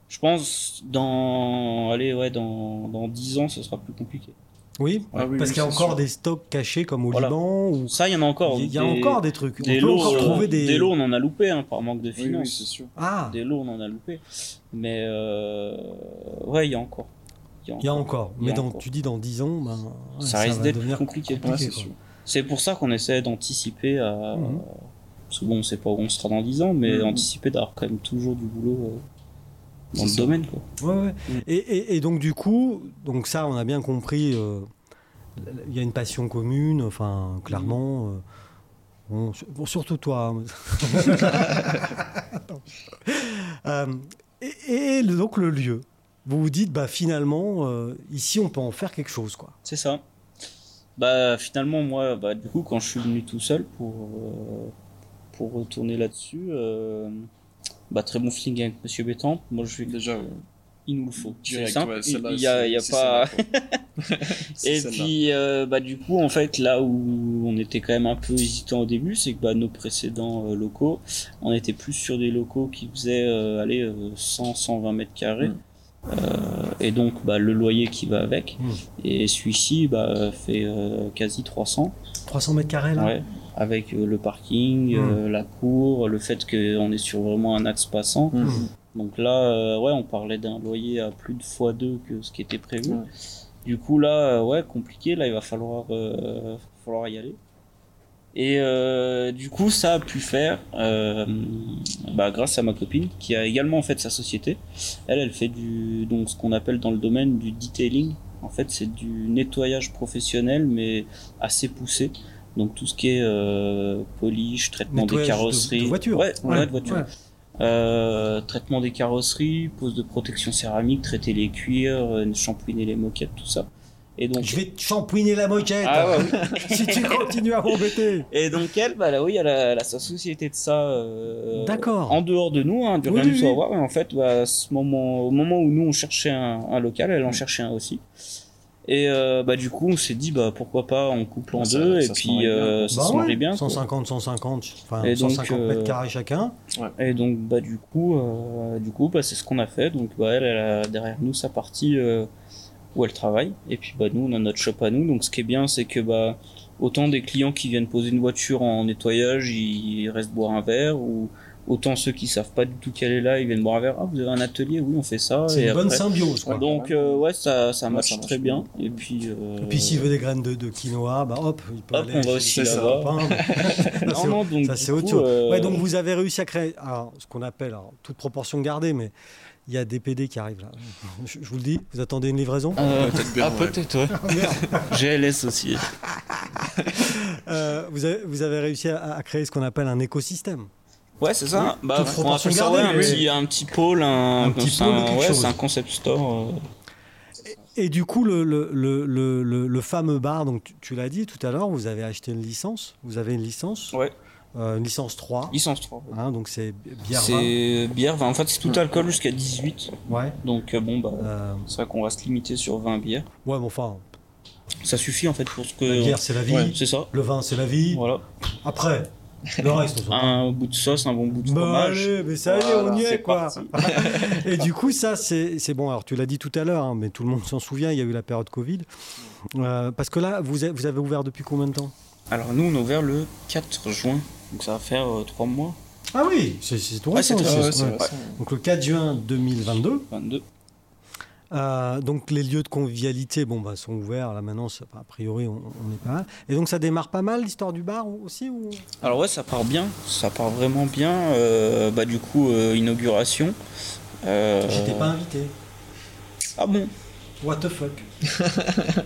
Speaker 4: Je pense dans allez ouais dans dans 10 ans ce sera plus compliqué.
Speaker 1: Oui,
Speaker 2: Ah oui,
Speaker 1: parce
Speaker 2: oui,
Speaker 1: qu'il y a
Speaker 2: c'est
Speaker 1: encore
Speaker 2: sûr.
Speaker 1: des stocks cachés comme au
Speaker 4: Voilà.
Speaker 1: Liban. Ou...
Speaker 4: Ça il y en a encore.
Speaker 1: Il y a
Speaker 4: Des-
Speaker 1: encore des trucs.
Speaker 4: des
Speaker 1: on peut
Speaker 4: lots,
Speaker 1: encore
Speaker 4: euh,
Speaker 1: trouver des...
Speaker 4: lots on en a loupé hein, par manque de
Speaker 2: Oui, oui,
Speaker 4: finances.
Speaker 2: c'est sûr.
Speaker 1: Ah,
Speaker 4: Des lots on en a loupé. Mais euh, ouais il y a encore.
Speaker 1: il y a encore.
Speaker 4: Il y
Speaker 1: Mais
Speaker 4: a
Speaker 1: dans,
Speaker 4: encore.
Speaker 1: tu dis dans 10 ans, ben, ouais,
Speaker 4: ça risque
Speaker 1: va
Speaker 4: d'être
Speaker 1: devenir
Speaker 4: compliqué.
Speaker 2: Ouais, c'est
Speaker 1: quoi.
Speaker 2: sûr.
Speaker 4: C'est pour ça qu'on essaie d'anticiper à.
Speaker 1: Mhm.
Speaker 4: Parce que bon, on sait pas où on sera dans 10 ans, mais
Speaker 2: Mhm.
Speaker 4: anticiper d'avoir quand même toujours du boulot euh, dans
Speaker 2: C'est
Speaker 4: le
Speaker 2: ça.
Speaker 4: domaine. Quoi.
Speaker 1: Ouais, ouais.
Speaker 4: Mm.
Speaker 1: Et, et- et donc du coup, donc ça, on a bien compris. euh, Il y a une passion commune. Enfin,
Speaker 4: Mm.
Speaker 1: clairement. euh, bon, sur- bon, surtout toi. hein. Euh, et, et le- donc le lieu. Vous vous dites, bah finalement, euh, ici, on peut en faire quelque chose, quoi.
Speaker 4: C'est ça. Bah finalement, moi, bah, du coup, quand je suis venu tout seul pour, euh, pour retourner là-dessus, euh, bah, très bon feeling avec Monsieur Bétan, moi je vais
Speaker 2: Déjà, ouais.
Speaker 4: il nous le faut. C'est
Speaker 2: Direct,
Speaker 4: simple,
Speaker 2: ouais,
Speaker 4: il
Speaker 2: celle-là,
Speaker 4: il y a,
Speaker 2: c'est-
Speaker 4: il y a
Speaker 2: c'est
Speaker 4: pas...
Speaker 2: celle-là, quoi. C'est
Speaker 4: Et
Speaker 2: celle-là.
Speaker 4: puis, euh, bah, du coup, en fait, là où on était quand même un peu hésitant au début, c'est que bah, nos précédents euh, locaux, on était plus sur des locaux qui faisaient euh, aller 100-120 mètres carrés.
Speaker 2: Mm.
Speaker 4: Euh, et donc, bah, le loyer qui va avec.
Speaker 1: Mm.
Speaker 4: Et celui-ci bah, fait euh, quasi 300.
Speaker 1: 300 mètres carrés là.
Speaker 4: Ouais, avec euh, le parking, euh, la cour, le fait qu'on est sur vraiment un axe passant.
Speaker 2: Mm.
Speaker 4: Donc là, euh, ouais, on parlait d'un loyer à plus de fois deux que ce qui était prévu.
Speaker 2: Ouais.
Speaker 4: Du coup, là, euh, ouais, compliqué. Là, il va falloir, euh, falloir y aller. Et euh, du coup, ça a pu faire, euh, bah, grâce à ma copine, qui a également en fait sa société. Elle, elle fait du, donc ce qu'on appelle dans le domaine du detailing. En fait, c'est du nettoyage professionnel, mais assez poussé. Donc tout ce qui est euh, polish, traitement
Speaker 1: Nettoyage
Speaker 4: des
Speaker 1: de-
Speaker 4: carrosseries,
Speaker 1: de voitures.
Speaker 4: ouais,
Speaker 1: Ouais,
Speaker 4: ouais, de voitures.
Speaker 1: ouais.
Speaker 4: Euh, traitement des carrosseries, pose de protection céramique, traiter les cuirs, euh, shampouiner les moquettes, tout ça. Et donc,
Speaker 1: Je vais te champouiner la moquette
Speaker 4: Ah ouais, oui.
Speaker 1: si tu continues à m'embêter.
Speaker 4: et donc elle, bah là, oui, elle a, elle a sa société de ça. euh,
Speaker 1: D'accord.
Speaker 4: En dehors de nous, hein, de
Speaker 1: Oui,
Speaker 4: rien du
Speaker 1: oui,
Speaker 4: tout à
Speaker 1: oui.
Speaker 4: voir. Et en fait, bah, à ce moment, au moment où nous on cherchait un, un local, elle en cherchait un aussi. Et euh, bah du coup, on s'est dit bah pourquoi pas on couple en
Speaker 2: Ça-
Speaker 4: deux
Speaker 2: ça
Speaker 4: et
Speaker 2: se
Speaker 4: puis
Speaker 2: marie bien.
Speaker 4: euh, ça
Speaker 1: Bah
Speaker 4: se
Speaker 1: ouais,
Speaker 4: marie bien. quoi.
Speaker 1: 150, 150, enfin
Speaker 4: Et donc,
Speaker 1: 150 mètres
Speaker 4: euh,
Speaker 1: carrés chacun.
Speaker 4: Et donc bah du coup, euh, du coup bah c'est ce qu'on a fait. Donc bah elle, elle a derrière nous sa partie euh, où elle travaille et puis bah nous on a notre shop à nous. Donc ce qui est bien c'est que bah autant des clients qui viennent poser une voiture en nettoyage, ils restent boire un verre ou autant ceux qui savent pas du tout qu'elle est là, ils viennent boire un verre. Ah vous avez un atelier, oui on fait ça.
Speaker 1: C'est
Speaker 4: Et
Speaker 1: une bonne
Speaker 4: après-
Speaker 1: symbiose. Quoi.
Speaker 4: Donc euh, ouais ça ça
Speaker 2: Ouais,
Speaker 4: marche
Speaker 2: ça marche
Speaker 4: très bien.
Speaker 2: bien.
Speaker 4: Et puis euh,
Speaker 1: Et puis s'il veut des graines de, de quinoa, bah hop, il peut
Speaker 4: Hop,
Speaker 1: aller
Speaker 4: on va
Speaker 1: chez
Speaker 4: aussi
Speaker 1: les
Speaker 4: là-bas.
Speaker 1: copains. Ça,
Speaker 4: non,
Speaker 1: c'est-
Speaker 4: non, donc
Speaker 1: ça
Speaker 4: du
Speaker 1: c'est autre
Speaker 4: coup,
Speaker 1: chose.
Speaker 4: euh,
Speaker 1: Ouais, donc vous avez réussi à créer alors, ce qu'on appelle, alors, toute proportion gardée, mais il y a des PD qui arrivent là. Je, je vous le dis, vous attendez une livraison
Speaker 4: euh,
Speaker 2: Peut-être bien,
Speaker 4: ah
Speaker 2: ouais.
Speaker 4: peut-être ouais. GLS aussi.
Speaker 1: Euh, vous, avez, vous avez réussi à, à créer ce qu'on appelle un écosystème.
Speaker 4: Ouais, c'est ça. Bah,
Speaker 1: Toute
Speaker 4: on
Speaker 1: proportion
Speaker 4: appelle ça ouais,
Speaker 1: gardée,
Speaker 4: un,
Speaker 1: mais-
Speaker 4: petit, un petit pôle, un,
Speaker 1: Un petit
Speaker 4: c'est
Speaker 1: pôle de
Speaker 4: un-
Speaker 1: quelque
Speaker 4: ouais,
Speaker 1: chose.
Speaker 4: c'est un concept store. euh.
Speaker 1: Et du coup, le, le, le, le- le- le fameux bar, donc tu, tu l'as dit tout à l'heure, vous avez acheté une licence, vous avez une licence,
Speaker 4: Ouais,
Speaker 1: euh, une licence 3,
Speaker 4: licence 3.
Speaker 1: hein, donc c'est bière Mmh.
Speaker 4: C'est bière, vin. En fait, c'est tout alcool jusqu'à 18.
Speaker 1: vin. Ouais.
Speaker 4: Donc, euh, bon, bah,
Speaker 1: Euh,
Speaker 4: c'est vrai qu'on va se limiter sur 20 bières.
Speaker 1: ouais, mais enfin,
Speaker 4: Ça suffit en fait pour ce
Speaker 1: la
Speaker 4: que.
Speaker 1: bière c'est la vie,
Speaker 4: Ouais, c'est ça.
Speaker 1: le vin c'est la vie.
Speaker 4: Voilà.
Speaker 1: Après, le reste, on s'en fout.
Speaker 4: Un bout de sauce, un bon bout de
Speaker 1: Bah
Speaker 4: fromage.
Speaker 1: allez, mais ça y est, on
Speaker 4: Voilà,
Speaker 1: y est,
Speaker 4: c'est
Speaker 1: quoi.
Speaker 4: parti.
Speaker 1: Et du coup, ça, c'est c'est bon. Alors, tu l'as dit tout à l'heure, hein, mais tout le monde s'en souvient, il y a eu la période Covid. Euh, parce que là, vous, a- vous avez ouvert depuis combien de temps
Speaker 4: Alors, nous, on a ouvert le 4 juin. Donc, ça va faire 3 mois.
Speaker 1: Ah oui, c'est c'est tout
Speaker 4: Ouais, c'est
Speaker 1: récent,
Speaker 4: très
Speaker 2: Ah ouais,
Speaker 1: c'est-
Speaker 2: c'est
Speaker 1: ouais.
Speaker 2: vrai, ça.
Speaker 1: Donc, le 4 juin 2022.
Speaker 4: 22.
Speaker 1: Euh, donc, les lieux de convivialité, bon, bah, sont ouverts. Là, maintenant, c'est- a priori, on, on est pas mal. Et donc, ça démarre pas mal, l'histoire du bar ou- aussi ou...
Speaker 4: Alors ouais, ça part bien, ça part vraiment bien. Euh, bah du coup, euh, inauguration. Euh,
Speaker 1: J'étais pas invité.
Speaker 4: Ah bon
Speaker 1: What the fuck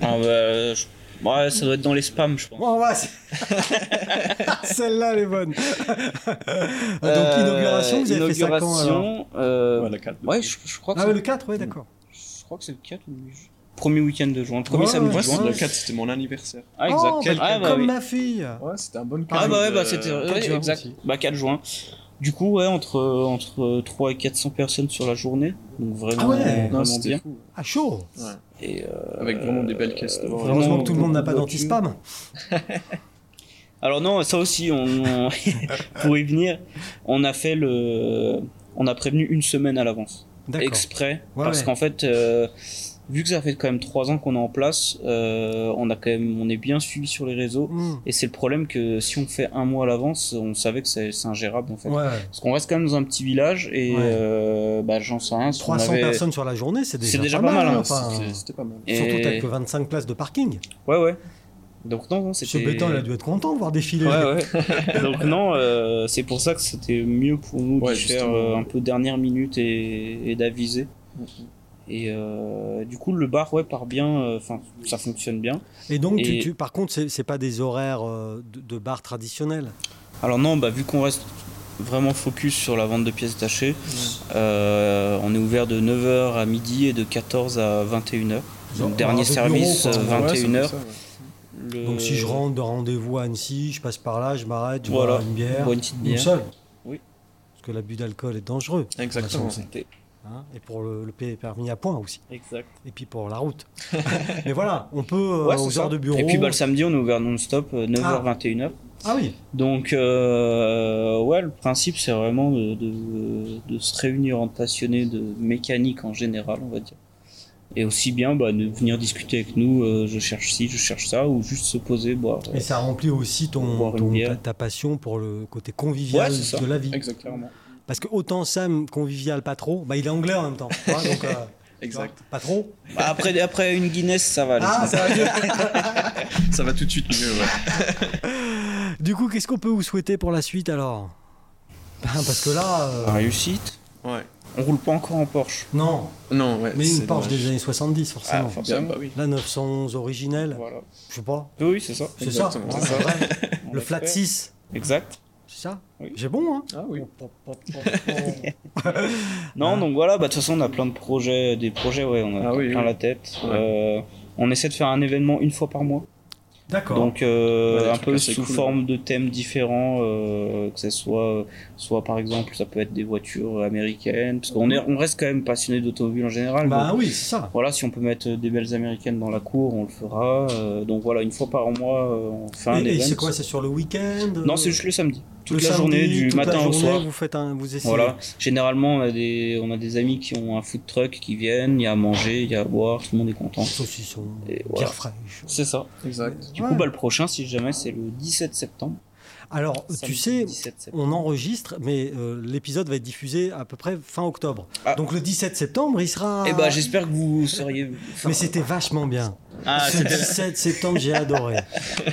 Speaker 4: Ah bah, je- ouais, ça doit être dans les spams, je pense.
Speaker 1: Bon, on va. Celle-là, elle est bonne. Ah, Donc,
Speaker 4: Euh,
Speaker 1: inauguration, vous avez fait ça quand alors
Speaker 4: inauguration, euh,
Speaker 2: Ouais, la carte de
Speaker 4: Ouais,
Speaker 2: prix.
Speaker 4: je, je crois que
Speaker 1: Ah,
Speaker 4: c'est-
Speaker 1: ouais, le 4, ouais, d'accord.
Speaker 4: je crois que c'est le 4 ou le 8. premier week-end de juin, le premier
Speaker 1: Ouais,
Speaker 4: samedi
Speaker 1: ouais,
Speaker 2: Moi,
Speaker 4: de
Speaker 1: c'est
Speaker 2: c'est
Speaker 4: juin.
Speaker 2: le 4, c'était mon anniversaire.
Speaker 4: Ah, exact.
Speaker 1: Oh, bah,
Speaker 4: ah, bah,
Speaker 1: comme
Speaker 4: oui.
Speaker 1: ma fille.
Speaker 2: Ouais, c'était un bon
Speaker 4: Ah,
Speaker 2: cadeau
Speaker 4: bah ouais,
Speaker 2: de-
Speaker 4: bah c'était
Speaker 2: Ouais,
Speaker 4: ouais,
Speaker 2: tu vois,
Speaker 4: exact.
Speaker 2: aussi.
Speaker 4: Bah 4 juin. Du coup, ouais, entre euh, entre euh, 3 et 400 personnes sur la journée, donc vraiment,
Speaker 1: Ah ouais.
Speaker 4: vraiment
Speaker 2: Non, c'était
Speaker 4: bien.
Speaker 2: fou.
Speaker 1: Ah chaud.
Speaker 4: Et euh,
Speaker 2: Avec vraiment des belles caisses devant.
Speaker 4: vraiment-
Speaker 1: Heureusement que Euh, tout le monde n'a pas
Speaker 4: beaucoup
Speaker 1: d'anti-spam.
Speaker 4: alors non, ça aussi, on, on- pour y venir, on a fait le, on a prévenu une semaine à l'avance.
Speaker 1: D'accord.
Speaker 4: exprès
Speaker 1: Ouais,
Speaker 4: parce
Speaker 1: ouais.
Speaker 4: qu'en fait euh, vu que ça fait quand même trois ans qu'on est en place euh, on a quand même on est bien suivi sur les réseaux
Speaker 1: Hmm.
Speaker 4: et c'est le problème que si on fait un mois à l'avance on savait que c'est c'est ingérable en fait
Speaker 1: Ouais.
Speaker 4: parce qu'on reste quand même dans un petit village et
Speaker 1: Ouais.
Speaker 4: euh, bah j'en sais rien si on
Speaker 1: 300
Speaker 4: avait-
Speaker 1: personnes sur la journée, c'est déjà,
Speaker 4: C'est déjà pas mal,
Speaker 1: hein,
Speaker 4: hein,
Speaker 1: enfin,
Speaker 2: C'était- Ah, C'était pas mal.
Speaker 4: Et-
Speaker 1: Surtout t'as que 25 places de parking.
Speaker 4: ouais ouais donc non, non
Speaker 1: Ce
Speaker 4: c'était
Speaker 1: béton, il a dû être content de voir défiler.
Speaker 4: Ouais, ouais. donc non euh, c'est pour ça que c'était mieux pour nous
Speaker 2: Ouais,
Speaker 4: de faire
Speaker 2: justement. Mm,
Speaker 4: euh, un peu dernière minute et, et d'aviser et euh, du coup le bar ouais part bien euh, enfin ça fonctionne bien
Speaker 1: Et donc, tu-
Speaker 4: Et-
Speaker 1: tu- par contre, c'est c'est pas des horaires euh, de, de bar traditionnels.
Speaker 4: Alors non, bah, vu qu'on reste vraiment focus sur la vente de pièces détachées, euh, on est ouvert de 9h à midi et de 14 à 21h.
Speaker 1: Genre,
Speaker 4: Donc dernier
Speaker 1: un bureau,
Speaker 4: service,
Speaker 1: quoi.
Speaker 4: euh,
Speaker 1: Ouais,
Speaker 4: 21h. Le-
Speaker 1: Donc, si je rentre de rendez-vous à Annecy, je passe par là, je m'arrête, je
Speaker 4: Euh. Voilà.
Speaker 1: bois une bière.
Speaker 4: Bois une petite
Speaker 1: Une
Speaker 4: bière.
Speaker 1: seule.
Speaker 4: Oui.
Speaker 1: Parce que l'abus d'alcool est dangereux.
Speaker 2: Exactement.
Speaker 1: hein, et pour le, le P- permis à points aussi.
Speaker 4: Exact.
Speaker 1: Et puis bah, pour la route. Mais voilà, on peut, euh,
Speaker 4: Ouais, c'est
Speaker 1: aux
Speaker 4: ça.
Speaker 1: heures de bureau.
Speaker 4: Et puis bah, le samedi, on est ouvert non-stop, euh, 9h, 21h.
Speaker 1: Ah oui,
Speaker 4: Donc euh, ouais, le principe, c'est vraiment de, de- de se réunir entre passionnés de mécanique en général, on va dire. Et aussi bien bah, de venir discuter avec nous, euh, je cherche ci, je cherche ça, ou juste se poser, boire. euh,
Speaker 1: et ça remplit aussi ton,
Speaker 4: Boire une
Speaker 1: ton-
Speaker 4: bière.
Speaker 1: ta, ta passion pour le côté convivial
Speaker 4: Ouais, c'est ça.
Speaker 1: de la vie.
Speaker 2: Exactement.
Speaker 4: Clairement.
Speaker 1: Parce que autant Sam, convivial, pas trop, bah, il est anglais en même temps. tu vois, donc, euh,
Speaker 2: Exact.
Speaker 1: Pas trop.
Speaker 4: Bah, après, après une Guinness, ça va. aller.
Speaker 1: Ah, ça va mieux.
Speaker 2: Ça va tout de suite mieux, ouais.
Speaker 1: Du coup, qu'est-ce qu'on peut vous souhaiter pour la suite alors Ben, Parce que là, euh,
Speaker 4: La réussite.
Speaker 2: Ouais.
Speaker 4: On roule pas encore en Porsche.
Speaker 1: non,
Speaker 2: Non, ouais.
Speaker 1: mais
Speaker 2: c'est
Speaker 1: une Porsche
Speaker 2: dommage.
Speaker 1: des années 70
Speaker 4: Ah,
Speaker 1: forcément.
Speaker 2: Bien,
Speaker 4: forcément.
Speaker 2: bah oui.
Speaker 1: la 911 originelle,
Speaker 4: Voilà.
Speaker 1: je sais pas,
Speaker 4: Oui, c'est ça.
Speaker 1: c'est ça,
Speaker 2: Exactement,
Speaker 1: hein,
Speaker 2: c'est
Speaker 1: c'est vrai.
Speaker 4: On
Speaker 1: le
Speaker 4: l'a
Speaker 1: flat
Speaker 4: fait.
Speaker 1: 6,
Speaker 4: Exact.
Speaker 1: c'est ça
Speaker 4: Oui.
Speaker 1: J'ai bon, hein
Speaker 2: Ah oui.
Speaker 4: Non,
Speaker 1: Ah.
Speaker 4: donc voilà, bah, de toute façon, on a plein de projets, des projets, ouais, on a
Speaker 2: Ah oui,
Speaker 4: plein
Speaker 2: oui.
Speaker 4: la tête.
Speaker 2: Ouais.
Speaker 4: Euh, on essaie de faire un événement une fois par mois.
Speaker 1: D'accord.
Speaker 4: Donc, euh,
Speaker 2: Ouais, des
Speaker 4: un
Speaker 2: trucs
Speaker 4: peu
Speaker 2: assez
Speaker 4: sous
Speaker 2: cool.
Speaker 4: forme de thèmes différents, euh, que ce soit, soit par exemple, ça peut être des voitures américaines, parce qu'on est, on reste quand même passionné d'automobile en général. donc,
Speaker 1: bah oui, c'est ça.
Speaker 4: Voilà, si on peut mettre des belles américaines dans la cour, on le fera. Euh, donc voilà, une fois par mois, euh, on fait un
Speaker 1: Et, et
Speaker 4: event.
Speaker 1: c'est quoi C'est sur le week-end euh,
Speaker 4: Non, c'est juste le samedi.
Speaker 1: le
Speaker 4: Toute la
Speaker 1: samedi,
Speaker 4: journée, du
Speaker 1: toute la
Speaker 4: matin au
Speaker 1: journée,
Speaker 4: soir.
Speaker 1: Vous faites un, vous essayez.
Speaker 4: Voilà. Généralement, on a, des, on a des amis qui ont un food truck qui viennent, il y a à manger, il y a à boire, tout le monde est content.
Speaker 1: Saucisson,
Speaker 4: Et voilà.
Speaker 1: bière fraîche.
Speaker 4: C'est ça.
Speaker 2: Exact.
Speaker 4: Du
Speaker 1: Ouais.
Speaker 4: coup, bah, le prochain, si jamais, c'est le 17 septembre.
Speaker 1: Alors, tu
Speaker 4: Samedi
Speaker 1: sais,
Speaker 4: 17 septembre.
Speaker 1: on enregistre, mais euh, l'épisode va être diffusé à peu près fin octobre.
Speaker 4: Ah.
Speaker 1: Donc le 17 septembre, il sera.
Speaker 4: Eh bah, j'espère que vous seriez.
Speaker 1: mais c'était vachement bien.
Speaker 4: Ah,
Speaker 1: Ce
Speaker 4: c'était.
Speaker 1: 17 septembre, j'ai adoré.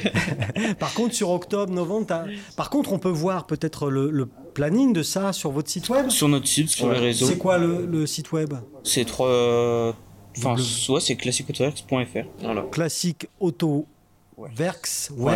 Speaker 1: Par contre, sur octobre, novembre, t'as- par contre, on peut voir peut-être le, le planning de ça sur votre site web.
Speaker 4: Sur notre site, sur
Speaker 2: Ouais.
Speaker 4: les réseaux.
Speaker 1: C'est quoi le, le site web
Speaker 4: C'est trois. euh, Enfin,
Speaker 1: Double.
Speaker 4: soit c'est classicautorex.fr.
Speaker 2: Voilà.
Speaker 1: Classique auto
Speaker 4: Ouais.
Speaker 1: verx
Speaker 4: Point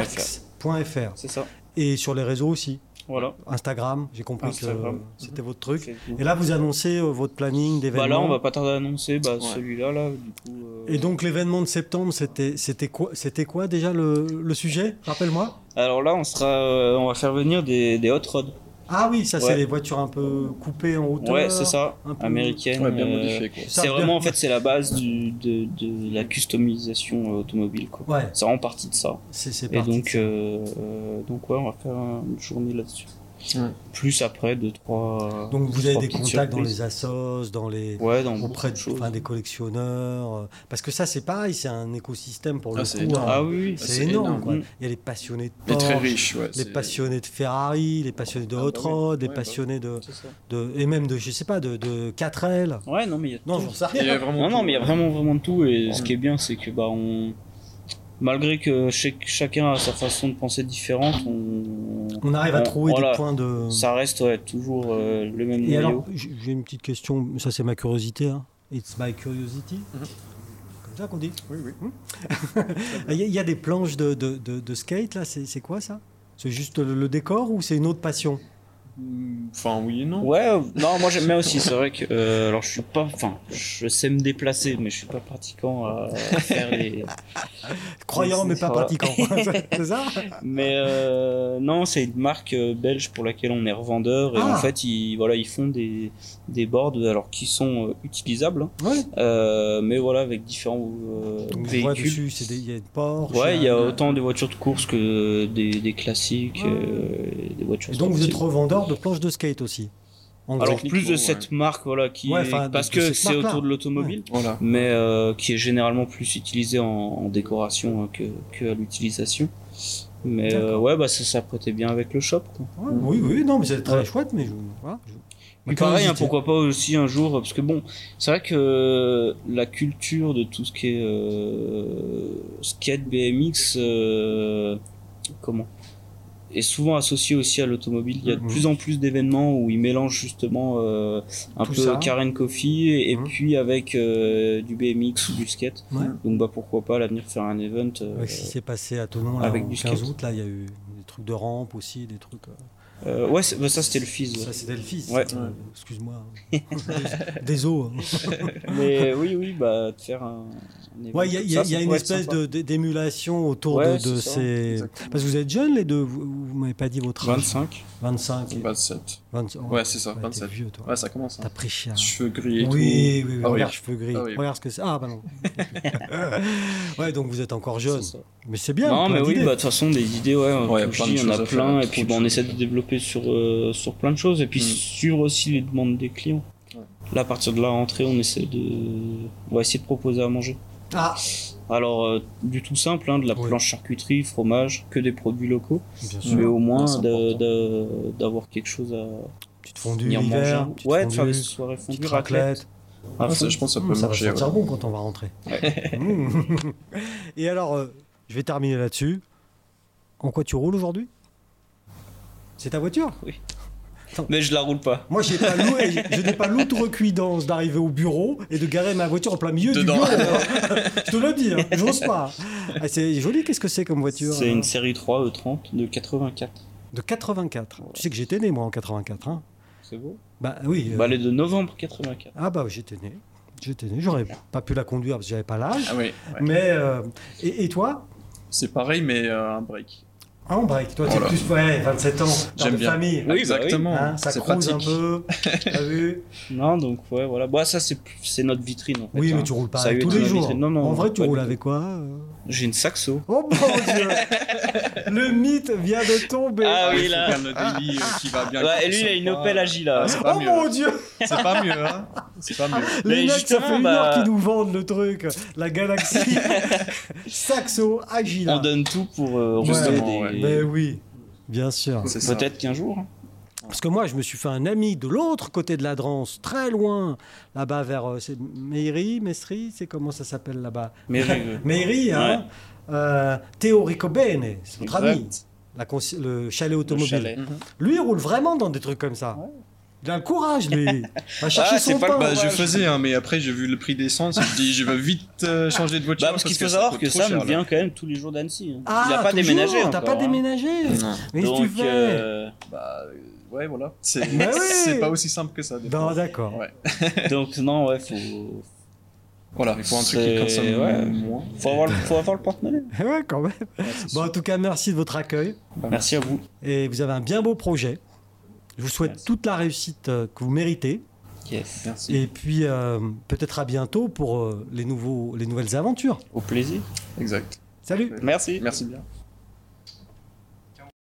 Speaker 1: works.fr
Speaker 4: C'est ça.
Speaker 1: et sur les réseaux aussi
Speaker 4: Voilà.
Speaker 1: Instagram j'ai compris
Speaker 4: Instagram.
Speaker 1: que c'était votre truc
Speaker 4: Facebook.
Speaker 1: et là vous annoncez euh, votre planning d'événements
Speaker 4: Bah là, on va pas tarder à annoncer bah,
Speaker 2: Ouais.
Speaker 4: celui-là, là, du coup. euh,
Speaker 1: et donc l'événement de septembre c'était c'était quoi c'était quoi déjà le, le sujet rappelle-moi
Speaker 4: Alors là, on sera, euh, on va faire venir des, des hot rods.
Speaker 1: ah oui ça c'est
Speaker 4: Ouais.
Speaker 1: les voitures un peu coupées en hauteur
Speaker 4: Ouais, c'est ça,
Speaker 1: un peu-
Speaker 4: américaine.
Speaker 2: Ouais, bien
Speaker 4: euh,
Speaker 2: modifié, quoi.
Speaker 1: Ça,
Speaker 4: C'est
Speaker 1: bien-
Speaker 4: vraiment, en fait, c'est la base du- de, de la customisation euh, automobile, quoi.
Speaker 1: ouais
Speaker 4: C'est en partie de ça.
Speaker 1: c'est c'est
Speaker 4: Et
Speaker 1: parti
Speaker 4: donc, euh, euh, donc ouais, on va faire une journée là-dessus.
Speaker 2: Ouais.
Speaker 4: Plus après, deux, trois.
Speaker 1: donc vous
Speaker 4: trois
Speaker 1: avez des
Speaker 4: petites
Speaker 1: contacts dans
Speaker 4: surprises.
Speaker 1: les assos dans les
Speaker 4: Ouais, dans beaucoup
Speaker 1: auprès
Speaker 4: de
Speaker 1: de,
Speaker 4: choses.
Speaker 1: enfin, des collectionneurs euh, parce que ça c'est pareil c'est un écosystème pour
Speaker 2: Ah,
Speaker 1: le
Speaker 2: c'est
Speaker 1: coup
Speaker 2: énorme.
Speaker 1: hein.
Speaker 4: Ah oui, oui.
Speaker 2: Ah,
Speaker 1: c'est
Speaker 2: c'est
Speaker 1: énorme,
Speaker 2: énorme.
Speaker 1: quoi.
Speaker 4: Mm.
Speaker 1: il y a les passionnés de
Speaker 2: Mais
Speaker 1: Porsche,
Speaker 2: très riche, ouais.
Speaker 1: les
Speaker 2: c'est-
Speaker 1: passionnés de Ferrari les passionnés de
Speaker 2: Ah,
Speaker 1: hot
Speaker 2: bah oui.
Speaker 1: rod les
Speaker 2: Ouais, bah oui.
Speaker 1: passionnés de,
Speaker 4: c'est ça.
Speaker 1: de et même de je sais pas de, de 4L
Speaker 4: Ouais, non, mais il y a.
Speaker 1: non
Speaker 4: tout.
Speaker 1: j'en sais
Speaker 2: Il y
Speaker 1: rien
Speaker 2: a vraiment.
Speaker 4: Non, non,
Speaker 2: tout.
Speaker 4: mais il y a vraiment, vraiment de tout. Et ce
Speaker 2: Mm.
Speaker 4: qui est bien, c'est que, bah, on. Malgré que chaque- chacun a sa façon de penser différente, on.
Speaker 1: on arrive à
Speaker 4: on-
Speaker 1: trouver
Speaker 4: voilà.
Speaker 1: des points de
Speaker 4: Ça reste ouais, toujours euh, le même
Speaker 1: et
Speaker 4: noyau.
Speaker 1: alors j- j'ai une petite question ça c'est ma curiosité hein. it's my curiosity
Speaker 2: Mhm.
Speaker 1: comme ça qu'on dit Hmm.
Speaker 2: Oui, oui.
Speaker 1: il y, a- il y a des planches de, de, de- de skate là c'est c'est quoi ça c'est juste le, le décor ou c'est une autre passion
Speaker 2: Enfin, oui et non.
Speaker 4: Ouais, euh, non, moi j'aime bien aussi, c'est vrai que. euh, alors je suis pas. Enfin, je sais me déplacer, mais je suis pas pratiquant à, à faire les.
Speaker 1: Croyant mais pas
Speaker 4: Voilà.
Speaker 1: pratiquant. c'est ça
Speaker 4: Mais
Speaker 1: Ah.
Speaker 4: euh, non, c'est une marque euh, belge pour laquelle on est revendeur et
Speaker 1: Ah.
Speaker 4: en fait, ils, voilà, ils font des, des boards alors qui sont euh, utilisables, hein,
Speaker 1: Ouais.
Speaker 4: euh, mais voilà, avec différents euh,
Speaker 1: Donc, je vois
Speaker 4: véhicules.
Speaker 1: dessus, c'est des- il y a une Porsche.
Speaker 4: Ouais, il y a
Speaker 2: euh,
Speaker 4: autant des voitures de course que des, des classiques,
Speaker 1: Ouais.
Speaker 4: euh, et des voitures
Speaker 1: Et donc vous êtes
Speaker 4: sportives.
Speaker 1: revendeur de planches de skate aussi. En gros.
Speaker 4: Alors plus de
Speaker 2: Techniquement,
Speaker 4: cette marque, voilà, qui
Speaker 1: euh, Ouais,
Speaker 4: est-
Speaker 1: enfin, de-
Speaker 4: parce
Speaker 1: de
Speaker 4: que
Speaker 1: cette
Speaker 4: c'est autour
Speaker 1: marque-là.
Speaker 4: de l'automobile,
Speaker 2: Voilà.
Speaker 4: mais euh, qui est généralement plus utilisée en, en décoration hein, que, que à l'utilisation. Mais euh, ouais, bah ça, ça prêtait bien avec le shop. Quoi.
Speaker 1: Ouais, oui, oui, non, mais c'est très
Speaker 4: Ouais.
Speaker 1: chouette, mais je. voilà, je- Ma
Speaker 4: Puis pareil, hein,
Speaker 1: curiosité.
Speaker 4: pourquoi pas aussi un jour, euh, parce que bon, c'est vrai que euh, la culture de tout ce qui est euh, skate, BMX, euh, comment est souvent associée aussi à l'automobile. Il y a de
Speaker 1: Mhm.
Speaker 4: plus en plus d'événements où ils mélangent justement euh, un
Speaker 1: Tout
Speaker 4: peu
Speaker 1: ça.
Speaker 4: Karen Coffee et, et
Speaker 1: Mhm.
Speaker 4: puis avec euh, du BMX ou du skate.
Speaker 1: Ouais.
Speaker 4: Donc bah pourquoi pas à l'avenir faire un event euh,
Speaker 1: Avec ce qui s'est passé à Tonon là,
Speaker 4: avec
Speaker 1: en
Speaker 4: du
Speaker 1: 15
Speaker 4: skate.
Speaker 1: août, là, il y a eu des trucs de rampe aussi, des trucs. euh,
Speaker 4: euh, ouais, c'est- bah, ça c'était le fils.
Speaker 1: Ça, c'était le fils.
Speaker 4: Ouais.
Speaker 1: Euh, Excuse-moi. hein. Désolé.
Speaker 4: Mais oui, oui, bah de faire un, un événement
Speaker 1: Ouais, il y a,
Speaker 4: comme
Speaker 1: il y a-
Speaker 4: ça,
Speaker 1: il
Speaker 4: ça
Speaker 1: y a une
Speaker 4: pourrait être
Speaker 1: espèce
Speaker 4: sympa.
Speaker 1: de- de- d'émulation autour
Speaker 4: Ouais,
Speaker 1: de, de
Speaker 4: c'est ça,
Speaker 1: ces.
Speaker 2: exactement.
Speaker 1: Parce que vous êtes jeunes les deux, vous, vous m'avez pas dit votre âge.
Speaker 4: 25.
Speaker 1: 25.
Speaker 2: 27.
Speaker 1: 20 oh,
Speaker 2: Ouais, c'est ça,
Speaker 1: t'es
Speaker 2: 27.
Speaker 1: vieux, toi.
Speaker 2: Ouais, ça commence.
Speaker 1: T'as
Speaker 2: Hein.
Speaker 1: pris cher.
Speaker 2: Cheveux gris
Speaker 1: Oui, oui,
Speaker 2: et
Speaker 1: oui,
Speaker 2: Ah oui.
Speaker 1: regarde, cheveux gris.
Speaker 2: Ah oui.
Speaker 1: Regarde ce que c'est. Ah, bah non. ouais, donc vous êtes encore jeune.
Speaker 4: C'est ça.
Speaker 1: Mais c'est bien.
Speaker 4: non,
Speaker 1: plein
Speaker 4: mais oui,
Speaker 1: d'idées.
Speaker 4: bah, de toute façon, des idées, ouais,
Speaker 2: Ouais,
Speaker 4: comme je
Speaker 2: plein de
Speaker 4: dis, il y en a
Speaker 2: choses à faire,
Speaker 4: plein, et
Speaker 2: trop
Speaker 4: puis
Speaker 2: de
Speaker 4: bah, on
Speaker 2: choses.
Speaker 4: essaie de développer sur, euh, sur plein de choses, et puis
Speaker 2: Mm.
Speaker 4: suivre aussi les demandes des clients.
Speaker 2: Ouais.
Speaker 4: Là, à partir de la rentrée, on essaie de, on va essayer de proposer à manger.
Speaker 1: Ah,
Speaker 4: Alors, euh, du tout simple, hein, de la
Speaker 1: Ouais.
Speaker 4: planche charcuterie, fromage, que des produits locaux,
Speaker 1: bien
Speaker 2: Ouais,
Speaker 1: sûr.
Speaker 4: mais au moins
Speaker 2: Mm. c'est
Speaker 4: de-
Speaker 2: important.
Speaker 4: de- d'avoir quelque chose à
Speaker 1: Petite fondue
Speaker 4: venir manger.
Speaker 1: l'hiver. petite
Speaker 4: ouais, de
Speaker 1: fondue,
Speaker 4: faire des soirées fondues,
Speaker 1: petite
Speaker 4: raclette.
Speaker 1: raclette.
Speaker 4: à
Speaker 2: Ah, ça,
Speaker 4: fond.
Speaker 2: je pense que ça
Speaker 1: Mmh,
Speaker 2: peut
Speaker 1: ça va
Speaker 2: marcher.
Speaker 1: sentir
Speaker 2: ouais.
Speaker 1: bon quand on va rentrer. Mmh. Et alors, euh, je vais terminer là-dessus. En quoi tu roules aujourd'hui C'est ta voiture
Speaker 4: Mais je la roule pas.
Speaker 1: Moi, j'ai pas l'ou- je n'ai pas l'outrecuidance d'arriver au bureau et de garer ma voiture en plein milieu
Speaker 2: Dedans.
Speaker 1: du bureau. hein. je te le dis, hein, j'ose pas. Ah, c'est joli, qu'est-ce que c'est comme voiture
Speaker 4: C'est
Speaker 1: hein
Speaker 4: une série 3 E30 de 84.
Speaker 1: De 84. Tu sais que j'étais né, moi, en 84. Hein
Speaker 4: C'est beau.
Speaker 1: bah oui. euh,
Speaker 4: Bah, elle est de novembre 84.
Speaker 1: Ah bah j'étais né. J'étais né. J'aurais pas pu la conduire parce que j'avais pas l'âge.
Speaker 2: Ah oui, ouais.
Speaker 1: Mais euh, et, et toi
Speaker 2: c'est pareil, mais euh, un break.
Speaker 1: Ah, en break, toi, t'es
Speaker 2: Voilà.
Speaker 1: plus ouais, 27 ans, t'as
Speaker 2: J'aime
Speaker 1: de
Speaker 2: bien.
Speaker 1: famille.
Speaker 4: Oui, bah
Speaker 2: Exactement.
Speaker 1: Hein, ça
Speaker 2: c'est
Speaker 1: crouse
Speaker 2: pratique.
Speaker 1: un peu, t'as vu
Speaker 4: Non, donc ouais, voilà. Bah ça c'est plus- c'est notre vitrine en fait.
Speaker 1: Oui,
Speaker 4: hein.
Speaker 1: mais tu roules pas
Speaker 4: Ça a eu
Speaker 1: tous
Speaker 4: été
Speaker 1: les
Speaker 4: dans la
Speaker 1: jours.
Speaker 4: vitrine. Non, non,
Speaker 1: en vrai, tu
Speaker 4: pas du
Speaker 1: roules
Speaker 4: tout.
Speaker 1: avec quoi euh
Speaker 4: J'ai une saxo.
Speaker 1: Oh mon dieu Le mythe vient de tomber.
Speaker 4: Ah oui, là.
Speaker 2: Faut bien le délit, euh, qui va bien.
Speaker 4: Ouais,
Speaker 2: qui
Speaker 4: et lui il a
Speaker 2: sent
Speaker 4: une
Speaker 2: pas.
Speaker 4: Opel Agila.
Speaker 2: Ah, c'est pas
Speaker 1: Oh
Speaker 2: mieux.
Speaker 1: mon dieu
Speaker 2: C'est pas mieux, hein. C'est pas mieux.
Speaker 1: Les
Speaker 4: Mais
Speaker 1: mecs, ça
Speaker 4: justement,
Speaker 1: fait une
Speaker 4: bah-
Speaker 1: heure qu'ils nous vendent le truc. La galaxie, Saxo, Agila.
Speaker 4: On donne tout pour euh,
Speaker 2: Justement,
Speaker 4: rouler des-
Speaker 1: Mais oui, bien sûr.
Speaker 2: C'est ça.
Speaker 4: Peut-être qu'un jour. hein.
Speaker 1: Parce que moi, je me suis fait un ami de l'autre côté de la Drance, très loin, là-bas vers euh, c'est Mairie, Mestrie, c'est comment ça s'appelle là-bas
Speaker 4: Mais Bah, rêve.
Speaker 1: Mairie, hein Euh, Théo Ricobene, c'est notre
Speaker 4: Exact.
Speaker 1: ami, la cons- le chalet
Speaker 4: Le
Speaker 1: automobile.
Speaker 4: chalet.
Speaker 1: Lui, il roule vraiment dans des trucs comme ça. Il a le courage, lui. Il va chercher
Speaker 4: Ah, c'est
Speaker 1: son
Speaker 4: pas le
Speaker 1: pain.
Speaker 2: Bah, je
Speaker 4: Ouais,
Speaker 2: faisais, hein, mais après j'ai vu le prix d'essence, je me dis je vais vite euh, changer de voiture.
Speaker 4: Bah parce qu'il
Speaker 2: que
Speaker 4: faut
Speaker 2: ça
Speaker 4: savoir
Speaker 2: coûte
Speaker 4: que
Speaker 2: trop
Speaker 4: Sam
Speaker 2: cher, là.
Speaker 4: vient quand même tous les jours d'Annecy. hein.
Speaker 1: Ah,
Speaker 4: il a pas
Speaker 1: toujours,
Speaker 4: déménagé.
Speaker 1: T'as
Speaker 4: encore,
Speaker 1: pas
Speaker 4: hein.
Speaker 1: déménagé.
Speaker 2: Non.
Speaker 1: Mais qu'est-ce que
Speaker 4: Donc,
Speaker 1: tu fais
Speaker 4: euh,
Speaker 2: Bah euh, ouais, voilà. C'est
Speaker 1: Bah oui. Bah,
Speaker 2: c'est pas aussi simple que ça. des
Speaker 1: Non,
Speaker 2: fois.
Speaker 1: d'accord.
Speaker 2: Ouais.
Speaker 4: donc non ouais faut
Speaker 2: Voilà, il faut un truc qui
Speaker 4: C'est-
Speaker 2: consomme
Speaker 4: ouais.
Speaker 2: moins.
Speaker 4: faut avoir le, faut avoir le porte-monnaie.
Speaker 1: Ouais, quand même. Bon, en tout cas, merci de votre accueil.
Speaker 4: Merci à vous.
Speaker 1: Et vous avez un bien beau projet. Je vous souhaite
Speaker 4: Merci.
Speaker 1: toute la réussite euh, que vous méritez.
Speaker 4: Yes.
Speaker 2: Merci.
Speaker 1: Et puis, euh, peut-être à bientôt pour euh, les, nouveaux, les nouvelles aventures.
Speaker 4: Au plaisir.
Speaker 2: Exact.
Speaker 1: Salut
Speaker 4: Merci.
Speaker 2: Merci bien.